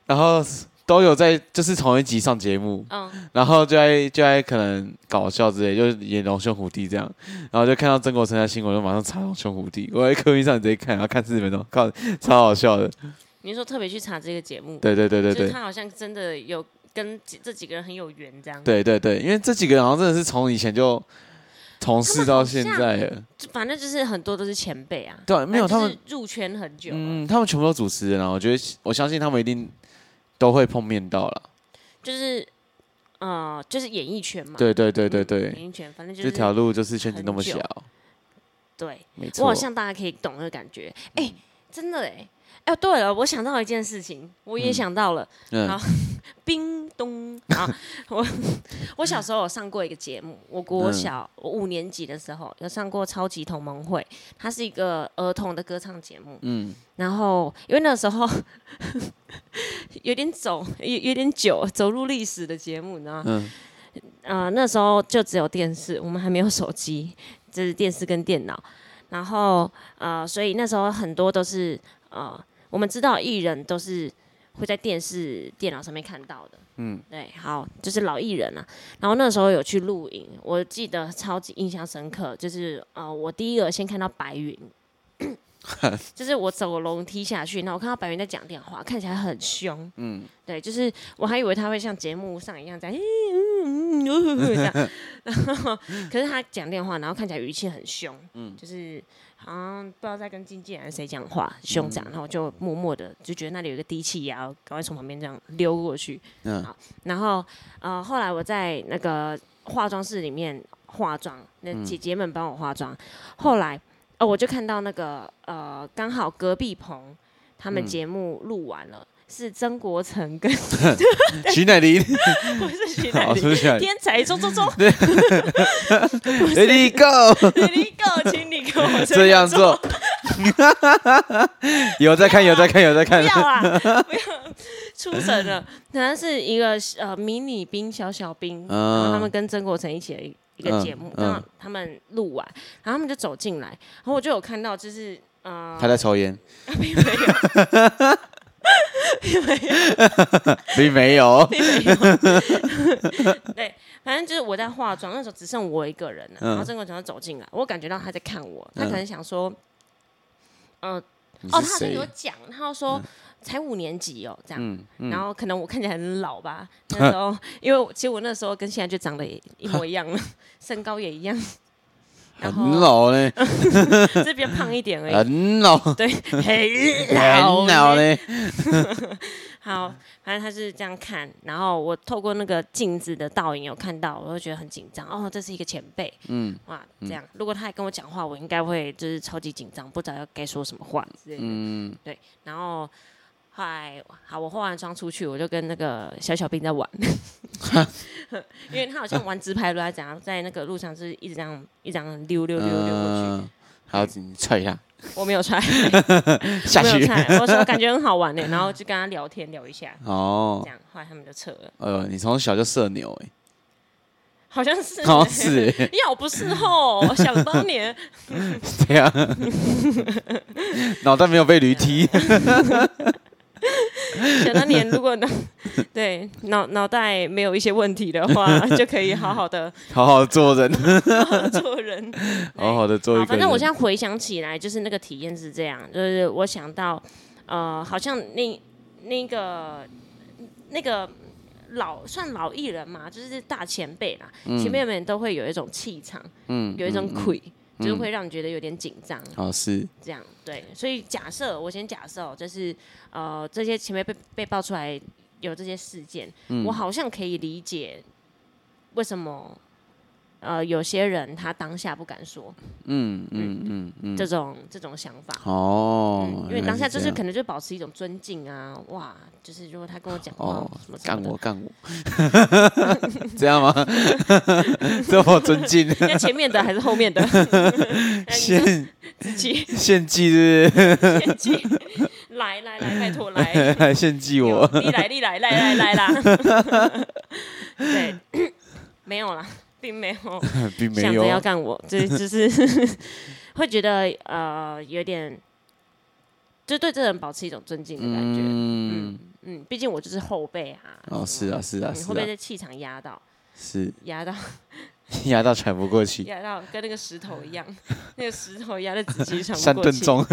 S2: 然后都有在就是同一集上节目，
S1: 嗯，
S2: 然后就在就在可能搞笑之类，就是演龙兄虎弟这样，然后就看到曾国成的新闻，就马上查龙兄虎弟。我在客运上直接看，然后看四十分钟，靠，超好笑的。
S1: 你说特别去查这个节目，
S2: 对对对对
S1: 就是
S2: 对
S1: 他好像真的有跟几这几个人很有缘这样，，
S2: 对对对，因为这几个人好像真的是从以前就同事到现
S1: 他们
S2: 在了，
S1: 反正就是很多都是前辈啊，
S2: 对，没有
S1: 反
S2: 他
S1: 正
S2: 们，
S1: 就是入圈很久啊了，
S2: 嗯，他们全部都主持人啊，我觉得我相信他们一定都会碰面到了。
S1: 就是呃就是演艺圈嘛，
S2: 对对对
S1: 嗯
S2: 对对，
S1: 演艺圈，反正就
S2: 这
S1: 是
S2: 条路就是圈子那么
S1: 很
S2: 小
S1: 久，对，
S2: 没
S1: 我
S2: 错嗯
S1: 好。像大家可以懂那个感觉，哎、真的哎、哎、对了，我想到一件事情，我也
S2: 嗯
S1: 想到了，
S2: 嗯
S1: 好，冰咚啊！我我小时候有上过一个节目，我国
S2: 嗯
S1: 小我五年级的时候有上过超级同盟会，它是一个儿童的歌唱节目。
S2: 嗯，
S1: 然后因为那时候 <laughs> 有点走有有点久，走入历史的节目，你知道吗？
S2: 嗯
S1: 呃，那时候就只有电视，我们还没有手机，就是电视跟电脑。然后呃，所以那时候很多都是呃，我们知道艺人都是会在电视、电脑上面看到的。
S2: 嗯，
S1: 对，好，就是老艺人啊。然后那时候有去露营，我记得超级印象深刻，就是呃，我第一个先看到白云，就是我走楼梯下去，然后我看到白云在讲电话，看起来很凶。嗯，对，就是我还以为他会像节目上一样在，嗯嗯嗯嗯这样，然后可是他讲电话，然后看起来语气很凶，嗯，就是好像不知道在跟经纪人还是谁讲话，凶这
S2: 嗯
S1: 样。然后我就默默的就觉得那里有一个低气压，赶快从旁边这样溜过去。
S2: 嗯
S1: 好然后呃，后来我在那个化妆室里面化妆，那
S2: 嗯
S1: 姐姐们帮我化妆。后来哦，我就看到那个呃，刚好隔壁棚他们
S2: 嗯
S1: 节目录完了，是曾国成跟 <laughs>
S2: 徐乃麟，
S1: 不是徐乃
S2: 好，
S1: 麟。
S2: 是徐乃麟
S1: 天才周周周
S2: <laughs> ，Ready Go，
S1: 你够，请你跟我
S2: 这
S1: <laughs>
S2: 样做，有在看，有在看，有在
S1: 不
S2: 看，
S1: 要啊，不要出神
S2: <laughs>
S1: 了。那是一个呃迷你兵小小兵，
S2: 嗯
S1: 然后他们跟曾国成一起的一一个节目，
S2: 嗯嗯
S1: 然后他们录完，然后他们就走进来，然后我就有看到就是呃， <laughs>
S2: 他在抽烟，
S1: 并没有，并没有。
S2: 并没有，
S1: 并没有对，反正就是我在化妆，那时候只剩我一个人了。
S2: 嗯
S1: 然后郑国强就走进来，我感觉到他在看我，他可能想说，呃，哦，
S2: 你
S1: 他
S2: 是
S1: 好像
S2: 谁
S1: 有？讲，他就说才五年级哦，这样。
S2: 嗯嗯
S1: 然后可能我看起来很老吧，那时候因为我其实我那时候跟现在就长得也一模一样
S2: <laughs>
S1: 了，身高也一样，然后
S2: 很老呢，
S1: 只是比较胖一点而已。
S2: 很老，很
S1: <laughs> 对，很老
S2: 呃老
S1: 呢
S2: 呢，
S1: 好，反正他是这样看，然后我透过那个镜子的倒影有看到，我就觉得很紧张。哦，这是一个前辈，
S2: 嗯
S1: 哇，这样，如果他还跟我讲话，我应该会就是超级紧张，不知道要该说什么话之类的。
S2: 嗯，
S1: 对，然后后来好，我化完妆出去，我就跟那个小小兵在
S2: <laughs>
S1: 玩，因为他好像玩直排轮，还是啊怎样，在那个路上是一直这样一直这样溜溜溜溜过去，
S2: 嗯，好，你踹一下，
S1: 我没有踹，
S2: 下
S1: 没有
S2: 去， <laughs>
S1: 踹，我说感觉很好玩呢，欸然后就跟他聊天聊一下，
S2: 哦
S1: 这，样，后来他们就撤了，
S2: 呃，你从小就社牛哎，
S1: 好像是，
S2: 好
S1: <laughs>
S2: 像是欸，
S1: 要不是吼，想当年，
S2: 这样，脑袋没有被
S1: <laughs>
S2: 驴踢，
S1: 想当年如果
S2: <laughs>
S1: 脑对脑脑袋没有一些问题的话，就可以好好
S2: <laughs>
S1: 的
S2: 好好做人，
S1: <laughs> 做人。
S2: 好好的做一
S1: 好
S2: 个人。
S1: 反正我现在回想起来，就是那个体验是这样，就是我想到，呃，好像那那个那个老算老艺人嘛，就是大前辈啦，前辈们都会有一种气场，
S2: 嗯
S1: 有一种
S2: 嗯嗯
S1: 魁、就是
S2: 嗯
S1: 会让你觉得有点紧张。
S2: 好是，
S1: 这样对，所以假设我先假设哦，就是呃，这些前面被被爆出来有这些事件，
S2: 嗯
S1: 我好像可以理解为什么呃有些人他当下不敢说、
S2: 嗯嗯嗯嗯，
S1: 这种这种想法，
S2: 哦
S1: 嗯，，因为
S2: 原来
S1: 当下
S2: 这
S1: 就是
S2: 样
S1: 可能就保持一种尊敬啊，哇，就是如果他跟我讲话、
S2: 哦
S1: 什么什
S2: 干
S1: 么的，
S2: 我干我， <laughs> 这样吗？这么尊敬，
S1: 那前面的还是后
S2: <laughs>
S1: 面的， <laughs> 那你就
S2: 献
S1: 自己
S2: 献祭是不
S1: 先记，来来来，拜托来。
S2: 是还献祭 <laughs> 我，
S1: 哎有你来，你来，来来来啦。
S2: <laughs>
S1: 对，没有啦，并没有
S2: 并 <laughs> 没
S1: 想着要
S2: 有，
S1: 干我，这就是 <laughs> 会觉得呃有点，就对这人保持一种尊敬的感觉。
S2: 嗯，
S1: 嗯，毕竟我就是后辈啊。
S2: 哦是啊是啊
S1: 嗯，
S2: 是
S1: 会被
S2: 啊
S1: 这气场压到，
S2: 是，
S1: 压到，
S2: 压到喘不过气，
S1: 压到，跟那个石头一样， <laughs> 那个石头压在自己 <laughs> 喘
S2: 三
S1: 不过
S2: 吨
S1: 气。
S2: 重，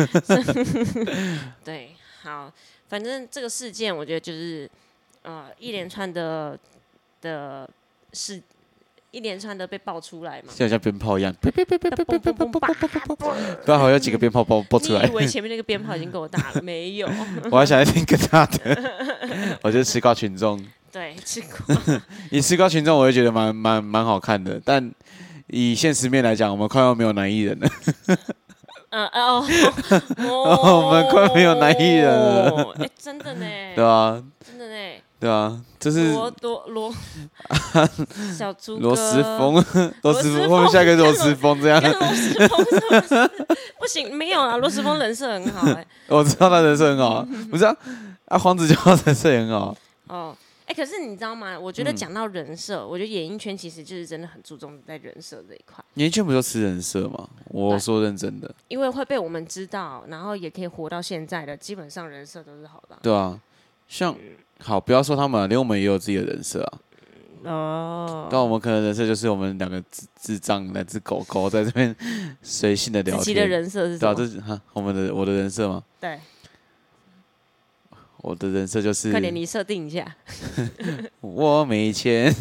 S1: 对，好，反正这个事件，我觉得就是呃一连串的的事，一连串的被爆出来嘛。
S2: 就好像鞭炮一样， <laughs> 啪啪啪啪啪
S1: 嘣嘣嘣叭嘣
S2: 不然好像有几个鞭炮爆爆出
S1: 你以
S2: 来，
S1: 为前面那个鞭炮已经够大了？ <laughs> 没
S2: <laughs>
S1: 有，
S2: 我还想要听更大的，我觉得吃瓜群众。
S1: 对，吃瓜。
S2: 以吃瓜群众，我会觉得蛮蛮蛮好看的，但以现实面来讲，我们快要没有男艺人了。
S1: 嗯
S2: <laughs>
S1: 哦，
S2: 哦我们快没有男艺人了
S1: 哎，真的呢，
S2: <laughs> 对啊，
S1: 真的呢，
S2: 对啊，就是
S1: 罗罗
S2: <laughs>
S1: 罗小猪
S2: 罗时
S1: 哥
S2: <laughs> 峰，罗时
S1: 时
S2: 峰，
S1: 峰
S2: 我们下一个罗时峰 <laughs> 这样
S1: 跟。 <laughs> 罗斯峰是不是 <laughs> 不行，没有啊，罗斯峰人设很好哎、
S2: 我知道他人设很好， <laughs> 不是啊，啊黄子佼人设也很好，啊
S1: 哦，哎、可是你知道吗？我觉得
S2: 嗯
S1: 讲到人设，我觉得演艺圈其实就是真的很注重在人设这一块，
S2: 年轻不就吃人设吗？我
S1: 对
S2: 说认真的，
S1: 因为会被我们知道，然后也可以活到现在的，基本上人设都是好的啊。
S2: 对啊，像好，不要说他们啊，连我们也有自己的人设啊。
S1: 哦，
S2: 但我们可能人设就是我们两个智智障两只狗狗在这边随性的聊
S1: 自己
S2: 天。
S1: 的人设是
S2: 对
S1: 什
S2: 啊，
S1: 么？
S2: 这是哈我们的我的人设嘛，
S1: 对，
S2: 我的人设就是
S1: 快点你设定一下，
S2: 我
S1: <laughs>
S2: 没钱，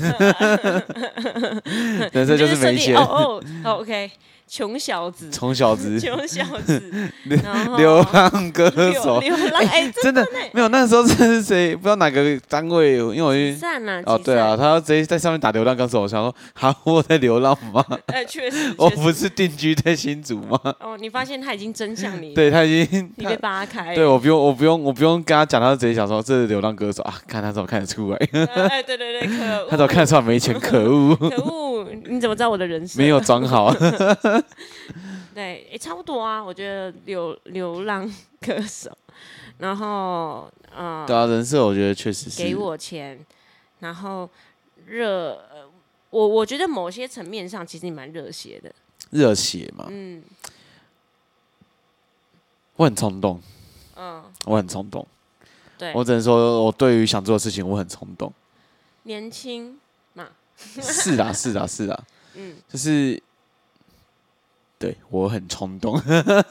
S2: 人设
S1: 你
S2: 就是
S1: 设
S2: 没
S1: 定
S2: <laughs> 钱，
S1: 哦哦哦，OK，穷小
S2: <laughs>
S1: 子，
S2: 从小子
S1: 穷小子，然后
S2: 流浪歌手
S1: 哦流，流浪，哎，这
S2: 真的没有。那时候真的是谁不知道哪个单位，因为我去
S1: 赞啊，
S2: 哦
S1: 集
S2: 对啊，
S1: 散，
S2: 他直接在上面打流浪歌手，我想说，哈，我在流浪吗？
S1: 哎，确
S2: <laughs>
S1: 实，
S2: 我
S1: 确实
S2: 不是定居在新竹吗？
S1: 哦，你发现他已经真相你，
S2: 对他已经，
S1: 你
S2: 他
S1: 被扒开，
S2: 对我不用，我不用，我不用跟他讲，他直接想说这是流浪歌手啊，看他怎么看得出来，
S1: 呃哎，对对对，可恶，
S2: <laughs> 他怎么看得出来没钱，可恶， <laughs>
S1: 可恶，你怎么知道我的人设？
S2: 没有装好。
S1: 嗯对，也差不多啊。我觉得流流浪歌手，然后呃，
S2: <laughs> 对啊，人设我觉得确实是
S1: 给我钱，然后热，呃我我觉得某些层面上其实你蛮热血的，
S2: 热血嘛，
S1: 嗯
S2: 我很冲动，
S1: 嗯，
S2: 我很冲动，
S1: 对，
S2: 我只能说我对于想做的事情我很冲
S1: <laughs>
S2: 动。
S1: 年轻嘛，
S2: 是啦，是啦，是啦，
S1: 嗯，
S2: 就是 <laughs> 对我很冲动，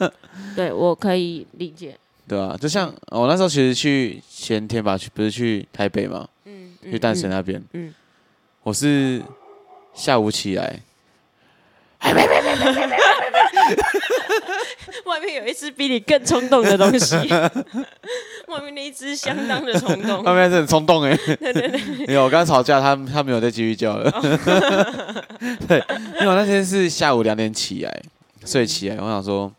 S2: <laughs>
S1: 对我可以理解，
S2: 对啊，就像我那时候其实去前天吧，去不是去台北嘛，
S1: 嗯，
S2: 去
S1: 嗯
S2: 淡水，那边，
S1: 嗯嗯
S2: 我是下午起来，
S1: 嗯外面有一只比你更冲动的东
S2: <laughs>
S1: 西，外面那一只相当的冲动，
S2: 外面是很冲动哎、欸，没有，我刚吵架，他他没有再继续叫
S1: 哦
S2: 了， <laughs> 对，因为我那天是下午两点起来，睡起来，我想说。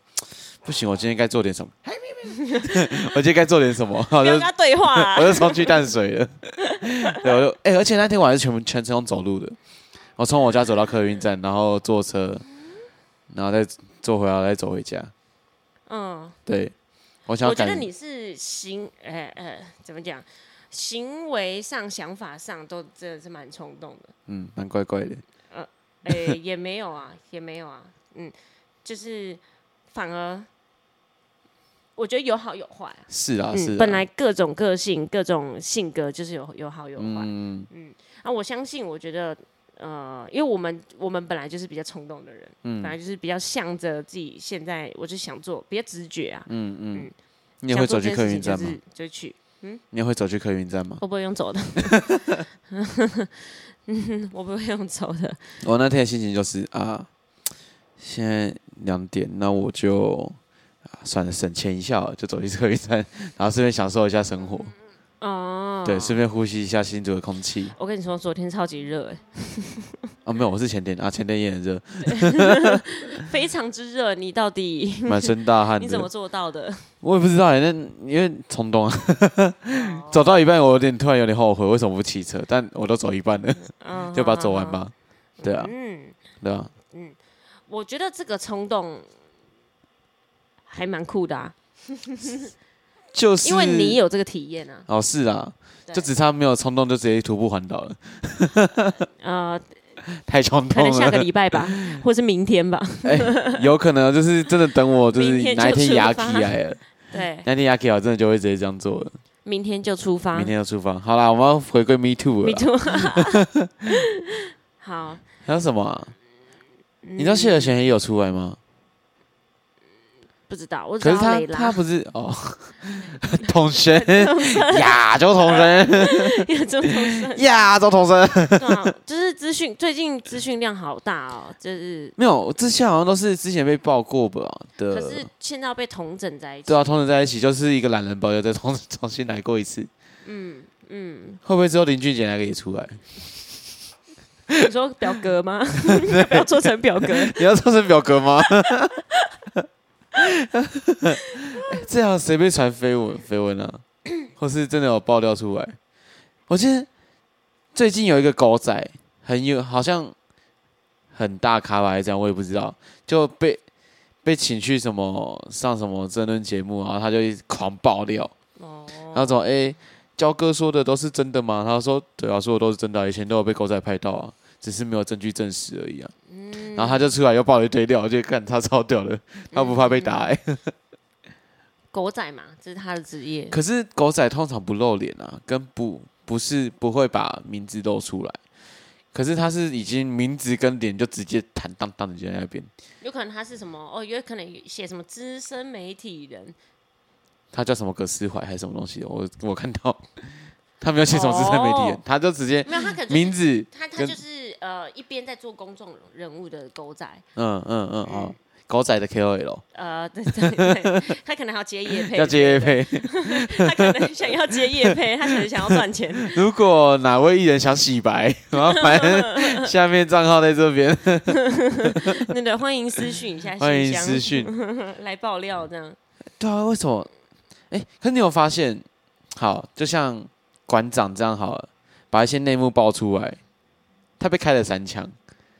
S2: 不行，我今天该做点什么？ <laughs> 我今天该做点什么？我
S1: 不要
S2: 就
S1: 跟他对话、啊
S2: 我，就冲去淡水了。对，我就哎、而且那天我还是全部全程用走路的，我从我家走到客运站，然后坐车，然后再坐回来，再走回家。
S1: 嗯。
S2: 对，我想
S1: 我
S2: 要
S1: 觉得
S2: 感，
S1: 你是行，呃呃，怎么讲？行为上、想法上都真的是蛮冲动的。
S2: 嗯，蛮怪怪的。
S1: 诶、
S2: <laughs>
S1: 也没有啊，也没有啊，嗯，就是反而我觉得有好有坏、啊。
S2: 是啊，是啊
S1: 嗯，本来各种个性、各种性格就是有有好有坏。
S2: 嗯
S1: 啊，我相信，我觉得，呃，因为我们我们本来就是比较冲动的人，
S2: 嗯
S1: 本来就是比较向着自己现在，我就想做，比较直觉啊。
S2: 嗯嗯
S1: 嗯，
S2: 你也
S1: 想
S2: 会
S1: 做
S2: 走
S1: 这
S2: 去
S1: 件
S2: 客
S1: 事情
S2: 运站
S1: 就
S2: 吗？
S1: 是就去，
S2: 你也会走去客运站吗？
S1: 我不会用走的， <laughs> 嗯，我不会用走的，
S2: 我那天的心情就是啊，现在两点，那我就啊算了，省钱一下好了，就走去客运站， <laughs> 然后顺便享受一下生活，
S1: 嗯哦，
S2: 对，顺便呼吸一下新竹的空气。
S1: 我跟你说，昨天超级热、欸，
S2: 啊，没有，我是前天啊，前天也很
S1: <laughs>
S2: 热，
S1: 非常之热，你到
S2: <laughs>
S1: 底
S2: 满身大汗
S1: 你怎么
S2: 的。
S1: 做到的？
S2: 我也不知道欸，那因为冲动啊，
S1: <laughs>
S2: 走到一半我有点突然有点后悔，为什么不骑车？但我都走
S1: <laughs>
S2: 一半了，
S1: 嗯
S2: 就把它走完。吧。对啊，
S1: 嗯，
S2: 对啊，
S1: 我觉得这个冲动还蛮酷的啊，
S2: 就是
S1: 因为你有这个体验啊。
S2: 哦是啊，
S1: 对
S2: 就只差没有冲动就直接徒步环岛了，
S1: 呃，
S2: 太冲
S1: 可
S2: 动
S1: 能下个
S2: 了。
S1: 礼拜吧， <laughs> 或是明天吧。
S2: 哎，有可能就是真的等我就
S1: 明
S2: 是
S1: 天
S2: 哪一
S1: 就
S2: 天
S1: 出
S2: 牙起
S1: 发
S2: 来了，
S1: 对，
S2: 那天牙起来我真的就会直接这样做了，
S1: 明天就出发。
S2: 明天就出发。好啦，我们要回归 Me Too
S1: 啊
S2: 了
S1: Me
S2: 啦。
S1: too 好，
S2: 还有什么啊？你知道谢和弦也有出来吗？
S1: 嗯不知道，我只
S2: 可
S1: 知
S2: 是
S1: 道
S2: 他
S1: 蕾
S2: 他
S1: <laughs> 拉，
S2: 不是哦，同学，亚洲同学，
S1: 也这么说
S2: 亚洲同学，
S1: 对啊， <laughs> 就是资讯最近资讯量好大哦，就是
S2: 没有，之前好像都是之前被爆过吧
S1: 可
S2: 的。
S1: 是现在要被统整在一起
S2: 呃对，啊，同时在一起就是一个懒人包，又再重 <laughs> 重新来过一次，
S1: 嗯嗯，
S2: 会不会之后林俊杰那个也出来？
S1: 你说表格吗？ <laughs> 要不要做成表格？
S2: 你要做成表格吗？ <laughs> 这样谁被传绯闻绯闻啊？或是真的有爆料出来？我记得最近有一个狗仔很有，好像很大咖吧，还是这样，我也不知道，就被被请去什么上什么争论节目，然后他就一直狂爆料，
S1: 哦，
S2: 然后怎么哎，焦哥说的都是真的吗？他说对啊，说的都是真的啊、以前都有被狗仔拍到啊，只是没有证据证实而已啊。
S1: 嗯嗯
S2: 然后他就出来又爆了一堆料，我就看他超屌的，他不怕被打、欸。
S1: 狗仔嘛，这是他的职业。
S2: <laughs> 可是狗仔通常不露脸啊，跟不不是不会把名字露出来。可是他是已经名字跟脸就直接坦荡荡的就在那边，
S1: 有可能他是什么哦，有可能写什么资深媒体人，
S2: 他叫什么葛思怀还是什么东西的，我我看到他没有写什么资深媒体人
S1: 哦
S2: 他就直接
S1: 没有他可能、就是、
S2: 名字，
S1: 他他
S2: 跟
S1: 就是呃一边在做公众人物的狗仔，
S2: 嗯嗯嗯哦，狗仔的 KOL
S1: 呃，
S2: <laughs>
S1: 对对对，他可能还要接夜配，
S2: 要接业配。
S1: 他可能想要接夜配，他可能想要赚钱，
S2: <laughs> 如果哪位艺人想洗白，麻烦下面账号在这边，
S1: 那个欢迎私讯一下信箱，
S2: 欢迎私讯。
S1: 来爆料这样。
S2: 对啊，为什么？哎、可是你有发现，好，就像馆长这样好了，把一些内幕爆出来，他被开了三枪。嗯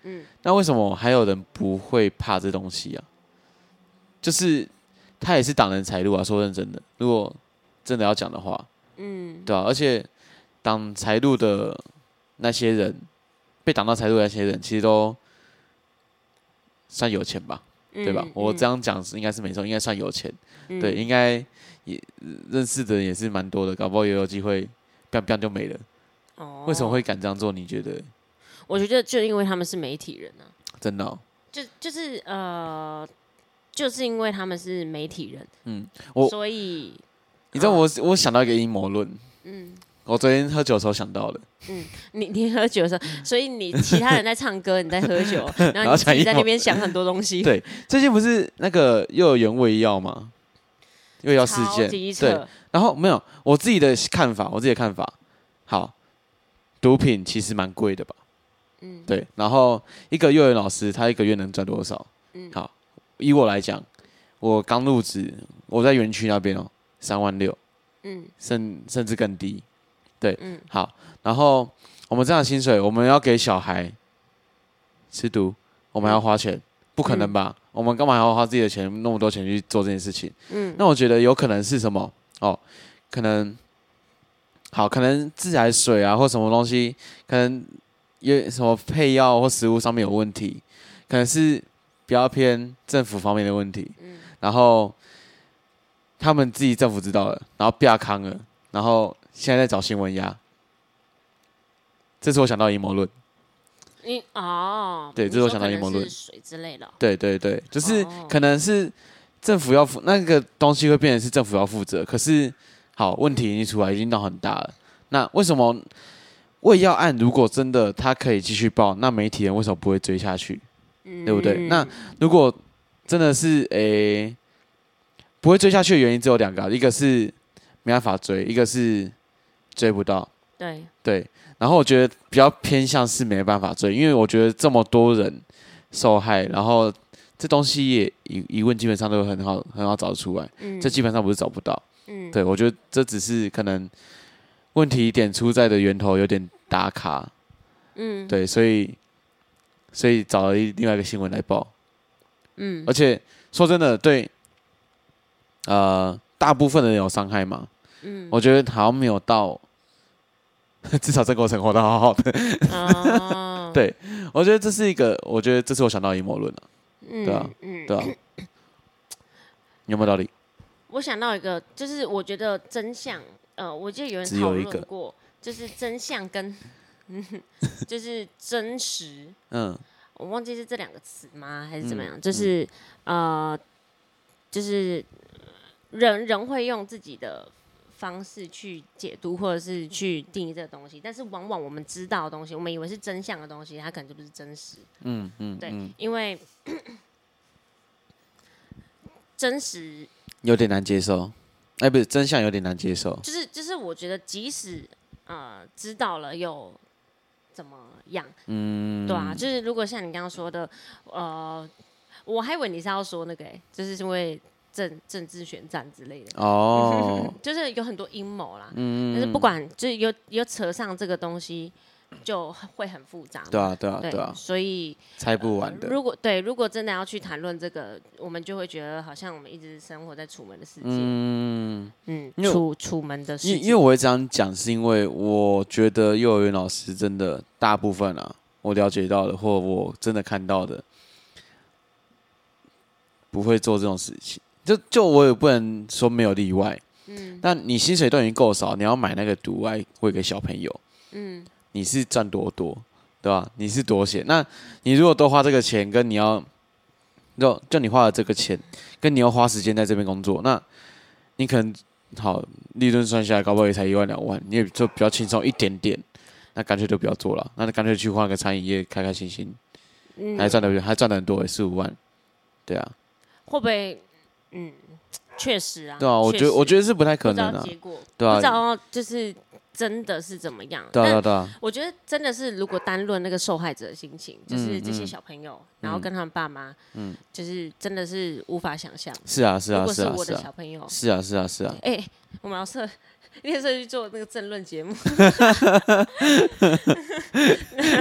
S1: 嗯，
S2: 那为什么还有人不会怕这东西啊？就是他也是挡人财路啊，说认真的，如果真的要讲的话，
S1: 嗯，
S2: 对啊，而且挡财路的那些人，被挡到财路的那些人，其实都算有钱吧，对吧？我这
S1: 样、
S2: 样讲是应该是没错，应该算有钱。
S1: 嗯
S2: 对，，应该也呃认识的人也是蛮多的，搞不好也有机会，b a n g 就没了。
S1: 哦
S2: 为什么会？敢这样做？你觉得
S1: 我觉得就因为他们是媒体人啊，
S2: 真的哦、
S1: 就就是呃，就是因为他们是媒体人，
S2: 嗯我
S1: 所以
S2: 你知道我、我想到一个阴谋论，
S1: 啊嗯，
S2: 我昨天喝酒的时候想到的，
S1: 你你喝酒的时候，所以你其他人在唱歌，你在喝酒，然
S2: <laughs> 然
S1: 后
S2: 后
S1: 你自
S2: 讲
S1: 己
S2: 一
S1: 在
S2: 模
S1: 那边想很多东西，
S2: 对最近不是那个幼儿园喂药吗？喂药事
S1: 超
S2: 件，
S1: 级
S2: 对，
S1: 扯，
S2: 然后没有我自己的看法，我自己的看法，好，毒品其实蛮贵的吧？
S1: 嗯，
S2: 对，然后一个幼儿园老师他一个月能赚多少？
S1: 嗯
S2: 好，以我来讲，我刚入职，我在园区那边哦，三万六，
S1: 嗯
S2: 甚甚至更低。
S1: 嗯，
S2: 好，然后我们这样的薪水，我们要给小孩吃毒，我们还要花钱，不可能吧？我们干嘛还要花自己的钱那么多钱去做这件事情？
S1: 嗯，
S2: 那我觉得有可能是什么？哦，可能好，可能自来水啊，或什么东西，可能有什么配药或食物上面有问题，可能是比较偏政府方面的问题。
S1: 嗯
S2: 然后他们自己政府知道了，然后亚康了，然后现在在找新闻压。这是我想到的阴谋论，
S1: 你哦，
S2: 对
S1: 你
S2: 这是我
S1: 说
S2: 想到
S1: 可
S2: 阴
S1: 能
S2: 谋
S1: 是
S2: 论
S1: 水之类的哦，
S2: 对对对，就是
S1: 哦
S2: 可能是政府要负那个东西会变成是政府要负责，可是好问题已经出来，已经闹很大了。那为什么胃药案如果真的他可以继续报，那媒体人为什么不会追下去？
S1: 对
S2: 对不对那如果真的是诶、不会追下去的原因只有两个啊，一个是没办法追，一个是追不到。
S1: 对，
S2: 对，然后我觉得比较偏向是没办法追，因为我觉得这么多人受害，然后这东西也疑疑问基本上都很好很好找出来，
S1: 嗯，
S2: 这基本上不是找不到。
S1: 嗯，
S2: 对我觉得这只是可能问题点出在的源头有点打卡， <laughs>
S1: 嗯，
S2: 对，所以所以找了一另外一个新闻来报，
S1: 嗯，
S2: 而且说真的，对，呃，大部分的人有伤害嘛，
S1: 嗯，
S2: 我觉得好像没有到， <laughs> 至少这个我生活的好好的。 <laughs>
S1: 哦
S2: 对我觉得这是一个，我觉得这是我想到的阴谋论了，
S1: 嗯，
S2: 对啊
S1: 嗯，
S2: 对啊， <coughs> 有没有道理？
S1: 我想到一个，就是我觉得真相，呃，我记得有
S2: 只
S1: 人
S2: 有
S1: 讨
S2: 一个
S1: 论过，就是真相跟， <laughs> 嗯，就是真实，
S2: 嗯
S1: 我忘记是这两个词吗，还是怎么样？就是、
S2: 嗯
S1: 呃，就是人人会用自己的方式去解读，或者是去定义这个东西，但是往往我们知道的东西，我们以为是真相的东西，它可能就不是真实。
S2: 嗯嗯，
S1: 对，
S2: 嗯，
S1: 因为 <coughs> 真实
S2: 有点难接受。哎，不是真相有点难接受。
S1: 就是就是，我觉得即使呃知道了又怎么样？
S2: 嗯，
S1: 对啊，就是如果像你刚刚说的，呃，我还以为你是要说那个、欸，就是因为政政治选战之类的， <laughs>
S2: 哦，
S1: 就是有很多阴谋啦。
S2: 嗯，
S1: 但是不管就是有有扯上这个东西，就会很复杂嘛。
S2: 对啊，对啊，
S1: 对
S2: 对啊，
S1: 所以
S2: 猜不完的。
S1: 如果对如果真的要去谈论这个，我们就会觉得好像我们一直生活在楚门的世界，
S2: 嗯，
S1: 嗯，
S2: 因为
S1: 楚楚门的世
S2: 因因
S1: 界
S2: 为。我会这样讲，是因为我觉得幼儿园老师真的大部分啊，我了解到的或我真的看到的，不会做这种事情，就就我也不能说没有例外，嗯，那你薪水都已经够少，你要买那个毒来喂给小朋友，
S1: 嗯，
S2: 你是赚多多，对吧？你是多险。那你如果多花这个钱，跟你要就就你花了这个钱，跟你要花时间在这边工作，那你可能好利润算下来，搞不好也才一万两万，你也就比较轻松一点点。那干脆就不要做了，那就干脆去换个餐饮业，开开心心，
S1: 嗯
S2: 还赚的还赚的很多，四五万，对啊，
S1: 会不会？嗯，确实啊，
S2: 对啊，我觉得我觉
S1: 得
S2: 得是不太可能啊，
S1: 结果，
S2: 对啊
S1: 不知道就是真的是怎么样。
S2: 对
S1: <laughs>
S2: 啊对啊
S1: 但
S2: 对啊，
S1: 我觉得真的是，如果单论那个受害者的心情，就是
S2: 嗯
S1: 这些
S2: 嗯
S1: 小朋友，然后跟他们爸妈，嗯，就是真的是无法想象。
S2: 是啊是
S1: 如
S2: 啊
S1: 果
S2: 是
S1: 是
S2: 啊
S1: 我
S2: 是
S1: 的
S2: 啊
S1: 小朋友，
S2: 是啊是啊是啊，
S1: 哎、我们要设， <laughs> 那天设计做那个政论节目， <laughs>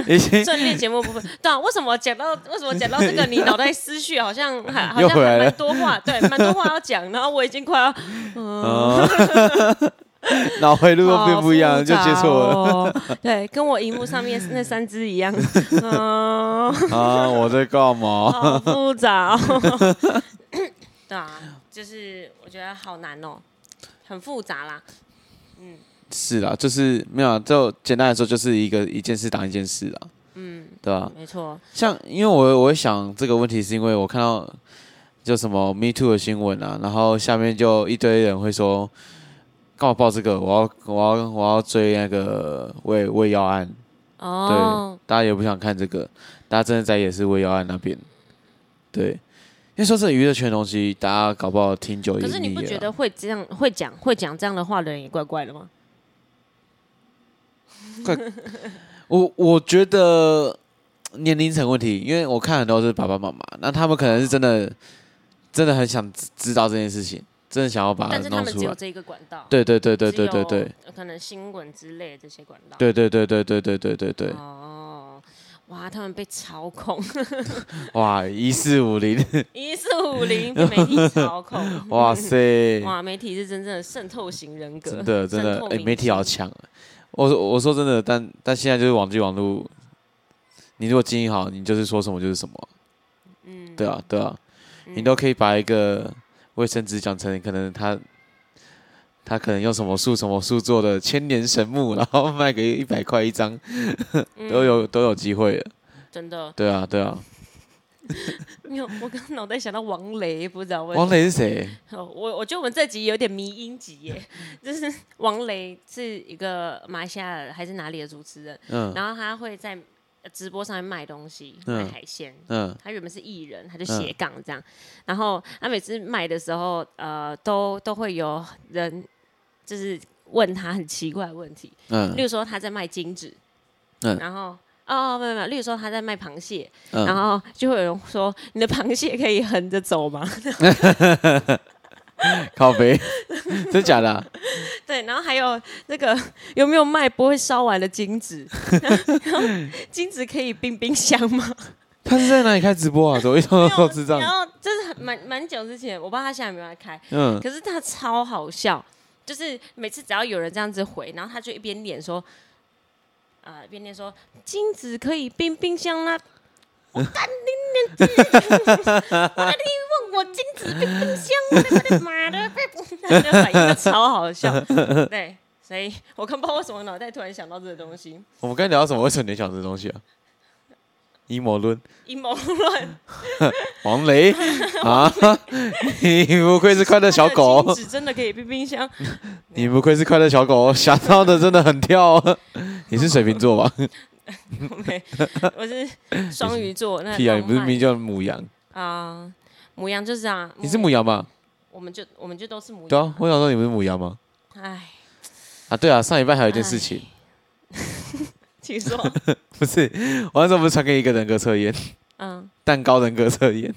S2: 已经
S1: 政论节目部分，对啊，为什么讲到为什么讲到这
S2: <laughs>
S1: 个，你脑袋思绪好像还好
S2: 又
S1: 像
S2: 回来
S1: 还
S2: 了
S1: 蛮多话，对，蛮多话要讲，然后我已经快要
S2: 哦，脑回路又变不一样，
S1: 好
S2: 就接错了、
S1: 复杂哦。对，跟我荧幕上面那三只一样，嗯，
S2: <laughs> 啊！我在干嘛？
S1: 好复杂、哦。 <laughs> 对啊，就是我觉得好难哦，很复杂啦。
S2: 是啦，就是没有啊，就简单来说，就是一个一件事挡一件事啦，
S1: 嗯，
S2: 对啊吧、
S1: 没错，
S2: 像因为我我会想这个问题，是因为我看到就什么 Me Too 的新闻啊，然后下面就一堆人会说，干嘛报这个？我要我要我要追那个为为要案，对，
S1: 哦，
S2: 大家也不想看这个，大家真的在也是为要案那边，对，因为说这娱乐圈的东西，大家搞不好听久也
S1: 可
S2: 腻
S1: 是
S2: 了。啊
S1: 你不觉得会这样会讲会讲这样的话的人也怪怪的吗？
S2: 我我觉得年龄层问题，因为我看很多是爸爸妈妈，那他们可能是真的真的很想知知道这件事情，真的想要把它
S1: 但是他
S2: 弄
S1: 们
S2: 啊出
S1: 只有
S2: 来。
S1: 这一个管道，
S2: 对对对对对
S1: 只
S2: 对
S1: 有
S2: 对。
S1: 可能新闻之类的这些管道，
S2: 对对对对对对对对对，
S1: 哦，哇，他们被操控， <laughs>
S2: 哇，一四五零，
S1: 一四五零被媒体操控，
S2: 哇塞，
S1: 哇，媒体是真正的渗透型人格，
S2: 真的真的
S1: 渗透，
S2: 哎、
S1: 民
S2: 媒体好
S1: 情
S2: 强啊！我说我说真的，但但现在就是网际网络，你如果经营好，你就是说什么就是什么，
S1: 嗯，
S2: 对啊对啊，你
S1: 嗯
S2: 都可以把一个卫生纸讲成可能他他可能用什么树什么树做的千年神木，然后卖给一百块一张，
S1: 嗯
S2: 都有都有机会的，
S1: 真的，
S2: 对啊对啊。
S1: 没有，我刚刚脑袋想到王雷，不知道为什
S2: 王
S1: 么。
S2: 磊是谁？
S1: 哦我我觉得我们这集有点迷音集
S2: <laughs>
S1: 耶，就是王雷是一个马来西亚人还是哪里的主持人，
S2: 嗯
S1: 然后他会在直播上面卖东西，
S2: 嗯
S1: 卖海鲜。
S2: 嗯
S1: 他原本是艺人，他就斜杠这样。然后他每次卖的时候，呃，都都会有人就是问他很奇怪的问题，例
S2: 嗯
S1: 如说他在卖金纸，
S2: 嗯
S1: 然后。哦，没有没有，例如说他在卖螃蟹，然
S2: 嗯，
S1: 后就会有人说：“你的螃蟹可以横着走吗 <laughs>
S2: 靠背， <laughs> 真假的啊、？”
S1: 对，然后还有那个有没有卖不会烧完的金纸？ <laughs> 然后金纸可以冰冰箱
S2: <laughs>
S1: 吗？
S2: 他是在哪里开直播啊？怎么一通都智障
S1: 然？后这是蛮蛮久之前，我不知道他现在有没有在开，
S2: <laughs> 嗯，
S1: 可是他超好笑，就是每次只要有人这样子回，然后他就一边念说，啊、一边念说金子可以冰冰箱啦。我干你娘子！我你问我金子冰冰箱，我的妈的！他就反应得超好
S2: <laughs>
S1: 笑，对，所以我看不知道为什么脑袋突然想到这个东西，
S2: 我们刚才聊到什么？为什么你想这东西啊？阴谋论，
S1: 阴谋论。
S2: 王雷 <laughs> 啊！你不愧是快乐小
S1: 金
S2: 狗，
S1: 子真的可以冰冰箱， <laughs>
S2: 你不愧是快乐小狗，想到的真的很
S1: <laughs>
S2: 跳、哦。你是水瓶座吧？
S1: 我没，我是双鱼座，那
S2: <laughs> 屁啊！你不是
S1: 浪漫
S2: 名叫母羊？
S1: 啊，母羊就是啊，
S2: 你是母羊吧？
S1: 我们就我们就都是母
S2: 对
S1: 羊。
S2: 啊，我想说你不是母羊吗？
S1: 哎，
S2: 啊，对啊，上礼拜还有一件事情，
S1: 请说。
S2: <laughs> 不是我那时候不是传给你一个人格测验， <laughs>
S1: 嗯，
S2: 蛋糕人格测验，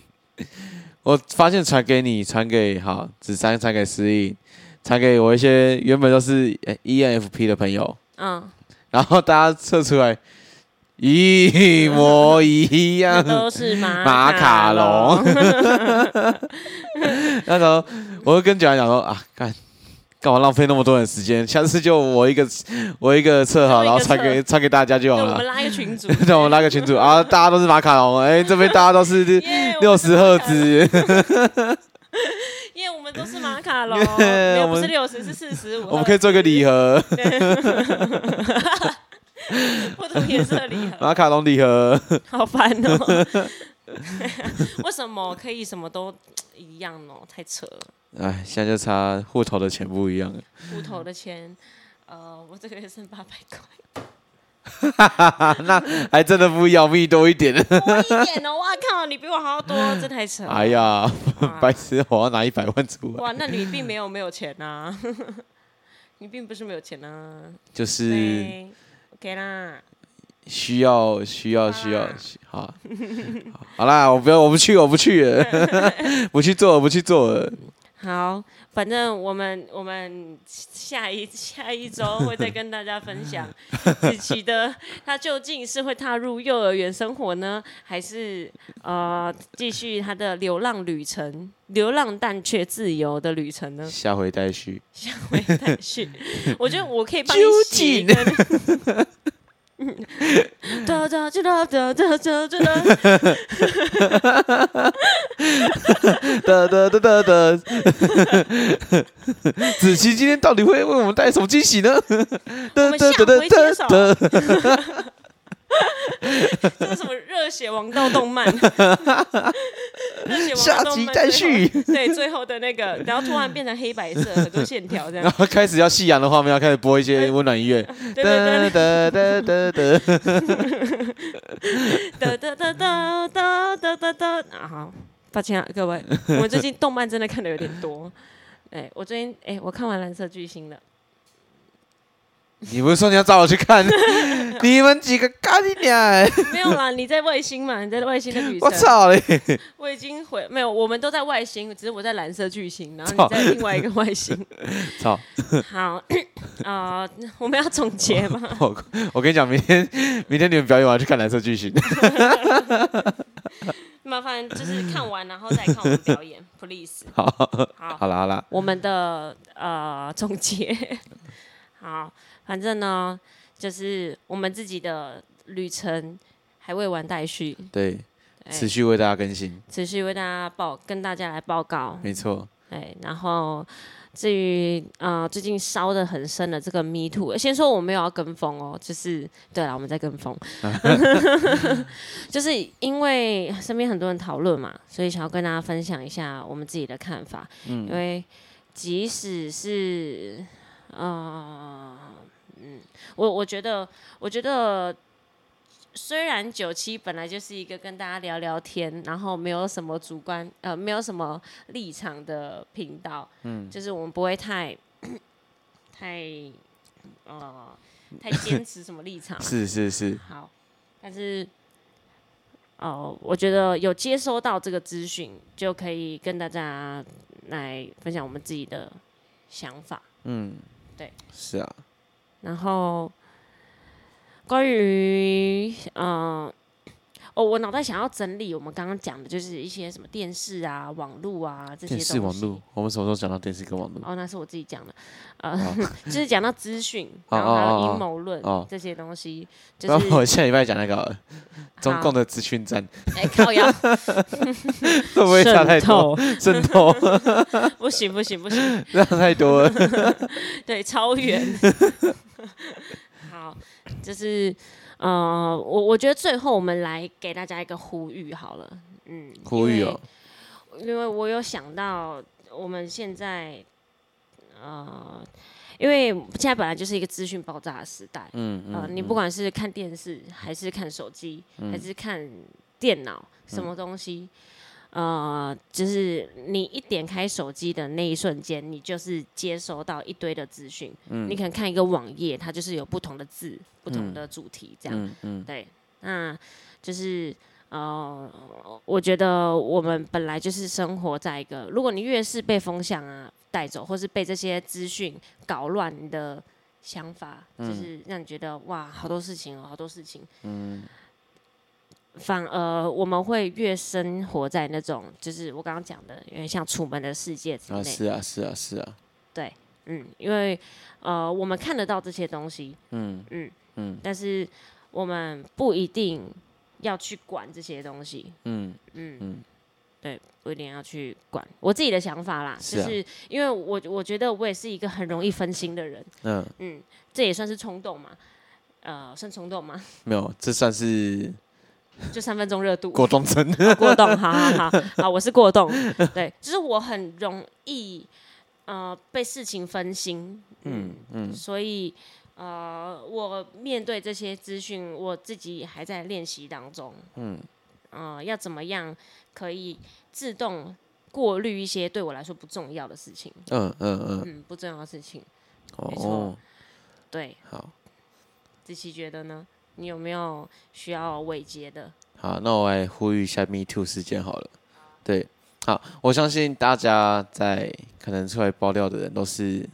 S2: <laughs> 我发现传给你，传给好子珊，传给思颖，传给我一些原本都是呃 ENFP 的朋友，
S1: 嗯，
S2: 然后大家测出来一模一样。
S1: 都是马
S2: 马卡龙
S1: 龙。
S2: <laughs> 那时候我就跟九安讲说啊，干干嘛浪费那么多人时间？下次就我一个我一个测好，然后传给传给大家就好
S1: 那我
S2: 了
S1: 们。拉一个群
S2: <laughs>，
S1: 组
S2: 那我们拉个群主啊，大家都是 <laughs> 马卡龙，哎、这边大家都是
S1: 耶
S2: 六十赫，兹，
S1: 因们都是马卡
S2: <laughs>
S1: 龙，没有
S2: 我
S1: 不
S2: 们
S1: 是六十是四十五，
S2: 我们可以做一个礼盒，
S1: 不同颜色的
S2: <laughs>
S1: 礼盒，
S2: 马卡龙礼盒。
S1: 好烦哦。
S2: <laughs>
S1: 为什么可以什么都一样哦？太扯了。
S2: 哎，现在就差户头的钱不一样了。
S1: 户头的钱，呃，我这个月剩八百
S2: <laughs>
S1: 块，
S2: 还真的不要命多一点。
S1: 多一点哦！哇靠，你比我还要多，这太扯了。
S2: 哎呀，
S1: 哇
S2: <laughs> 白痴，我要拿一百万出来。
S1: <laughs> 哇，那你并没有没有钱呐、 <laughs> 你并不是没有钱呐、
S2: 就是
S1: 对 OK 啦，
S2: 需要需要
S1: 啊
S2: 需要，需好，好 <laughs> 啦，我不要，我不去，我不去 <laughs> 了，不去做了，不去做了。
S1: 好，反正我们我们下一下一周会再跟大家分
S2: <laughs>
S1: 享子琪的他究竟是会踏入幼儿园生活呢，还是呃继续他的流浪旅程，流浪但却自由的旅程呢？ <laughs>
S2: 下回待续。 <laughs>
S1: 下回待续。我觉得我可以帮你
S2: 究
S1: 写一个。 <laughs>
S2: <laughs>
S1: 哒哒哒哒哒哒哒哒哒，
S2: 哒哒哒哒哒。子琪今天到底会为我们带来什么惊喜呢？
S1: <laughs> 我
S2: 哒
S1: 们下回接手
S2: 哒哒。
S1: 这是什么热血王道动
S2: <laughs>
S1: 漫？热血王
S2: 下
S1: 道动
S2: 集
S1: 漫
S2: 待
S1: 最后
S2: 续。
S1: 对，最后的那个，然后突然变成黑白色，很多线条这
S2: 然
S1: 样。
S2: 后 <laughs> 开始要夕阳的画面，要开始播一些温暖音乐。
S1: 对 <laughs> 对
S2: 哒哒哒哒哒。
S1: 对，哒哒哒哒哒哒哒哒。啊，好，抱歉啊，各位，我最近动漫真的看的有点多。哎，我最近哎，我看完《蓝色巨星》了。
S2: 你不是说你要找我去看？ <laughs> 你们几个干你娘！欸
S1: 没有啦，你在外星嘛？你在外星的旅程。
S2: 我操嘞！
S1: 我已经回没有，我们都在外星，只是我在蓝色巨星，然后你在另外一个外星。
S2: 操！
S1: 好， <coughs> 啊、我们要总结吗？
S2: 我我跟你讲，明天明天你们表演完去看蓝色巨星。
S1: 麻烦就是看完然后再看我们表演，please。
S2: <laughs> 好，
S1: 好，
S2: 好啦好啦，
S1: 我们的呃总结， <laughs> 好，反正呢就是我们自己的旅程还未完待续，
S2: 对，
S1: 哎
S2: 持续为大家更新，
S1: 持续为大家报跟大家来报告。
S2: 没错。
S1: 对，然后至于啊、呃最近烧的很深的这个 Me Too，先说我没有要跟风哦，就是对了，我们在跟风，就是因为身边很多人讨论嘛，所以想要跟大家分享一下我们自己的看法，因为即使是呃嗯，我我觉得，我觉得。虽然九七本来就是一个跟大家聊聊天，然后没有什么主观，呃，没有什么立场的频道，嗯，就是我们不会太 <coughs> 太呃太坚持什么立场啊、
S2: 是是是，
S1: 好，但是哦、我觉得有接收到这个资讯，就可以跟大家来分享我们自己的想法，
S2: 嗯，
S1: 对，
S2: 是啊，
S1: 然后关于嗯。哦，我脑袋想要整理我们刚刚讲的，就是一些什么电视啊、网络啊这些
S2: 电
S1: 东西。
S2: 视网络，我们什么时候讲到电视跟网络？
S1: 哦，那是我自己讲的，呃， <laughs> 就是讲到资讯，
S2: 哦
S1: 然后还
S2: 哦哦
S1: 有
S2: 哦
S1: 阴谋论
S2: 哦
S1: 这些东西，
S2: 那 <laughs>
S1: 就是
S2: 我下礼拜讲那个好了中
S1: 好
S2: 共的资讯战，
S1: 哎靠腰 <laughs>
S2: 会不会差太
S1: 渗
S2: 多？
S1: 透，
S2: 渗透， <laughs>
S1: 不行不行不行，
S2: 这样太
S1: <laughs>
S2: 多了。
S1: 对，超远。 <laughs> 好，就是呃，我我觉得最后我们来给大家一个呼吁好了，嗯，
S2: 呼吁哦，
S1: 因为，因为我有想到我们现在呃，因为现在本来就是一个资讯爆炸的时代，
S2: 嗯
S1: 呃，
S2: 嗯，
S1: 你不管是看电视，还是看手机，还是看电脑，
S2: 嗯
S1: 什么东西，呃，就是你一点开手机的那一瞬间，你就是接收到一堆的资讯。
S2: 嗯
S1: 你可能看一个网页，它就是有不同的字、不同的主题这样。
S2: 嗯嗯，
S1: 对，那就是。呃，我觉得我们本来就是生活在一个，如果你越是被风向啊带走，或是被这些资讯搞乱你的想法，
S2: 嗯
S1: 就是让你觉得哇，好多事情哦，好多事情。嗯，反而我们会越生活在那种，就是我刚刚讲的，有点像楚门的世界之
S2: 啊
S1: 内。
S2: 是啊是啊是啊，
S1: 嗯，因为呃，我们看得到这些东西，
S2: 嗯
S1: 嗯
S2: 嗯
S1: 但是我们不一定要去管这些东西。
S2: 嗯
S1: 嗯，
S2: 嗯
S1: 对，不一定要去管。我自己的想法啦，
S2: 是啊
S1: 就是因为我我觉得我也是一个很容易分心的人，
S2: 嗯，
S1: 嗯，这也算是冲动嘛，呃，算冲动嘛，
S2: 没有，这算是
S1: 就三分钟热度。
S2: 过动症。
S1: 过动，好好
S2: <laughs>
S1: 好，好，我是过动，对，就是我很容易呃被事情分心，嗯
S2: 嗯嗯，
S1: 所以呃，我面对这些资讯，我自己还在练习当中。嗯，呃，要怎么样可以自动过滤一些对我来说不重要的事情？
S2: 嗯嗯嗯，
S1: 嗯，不重要的事情。没
S2: 哦
S1: 错，对，
S2: 好，
S1: 子琪觉得呢？你有没有需要伟杰的？
S2: 好，那我来呼吁一下 Me Too 事件好了。对，好，我相信大家在可能出来爆料的人都是，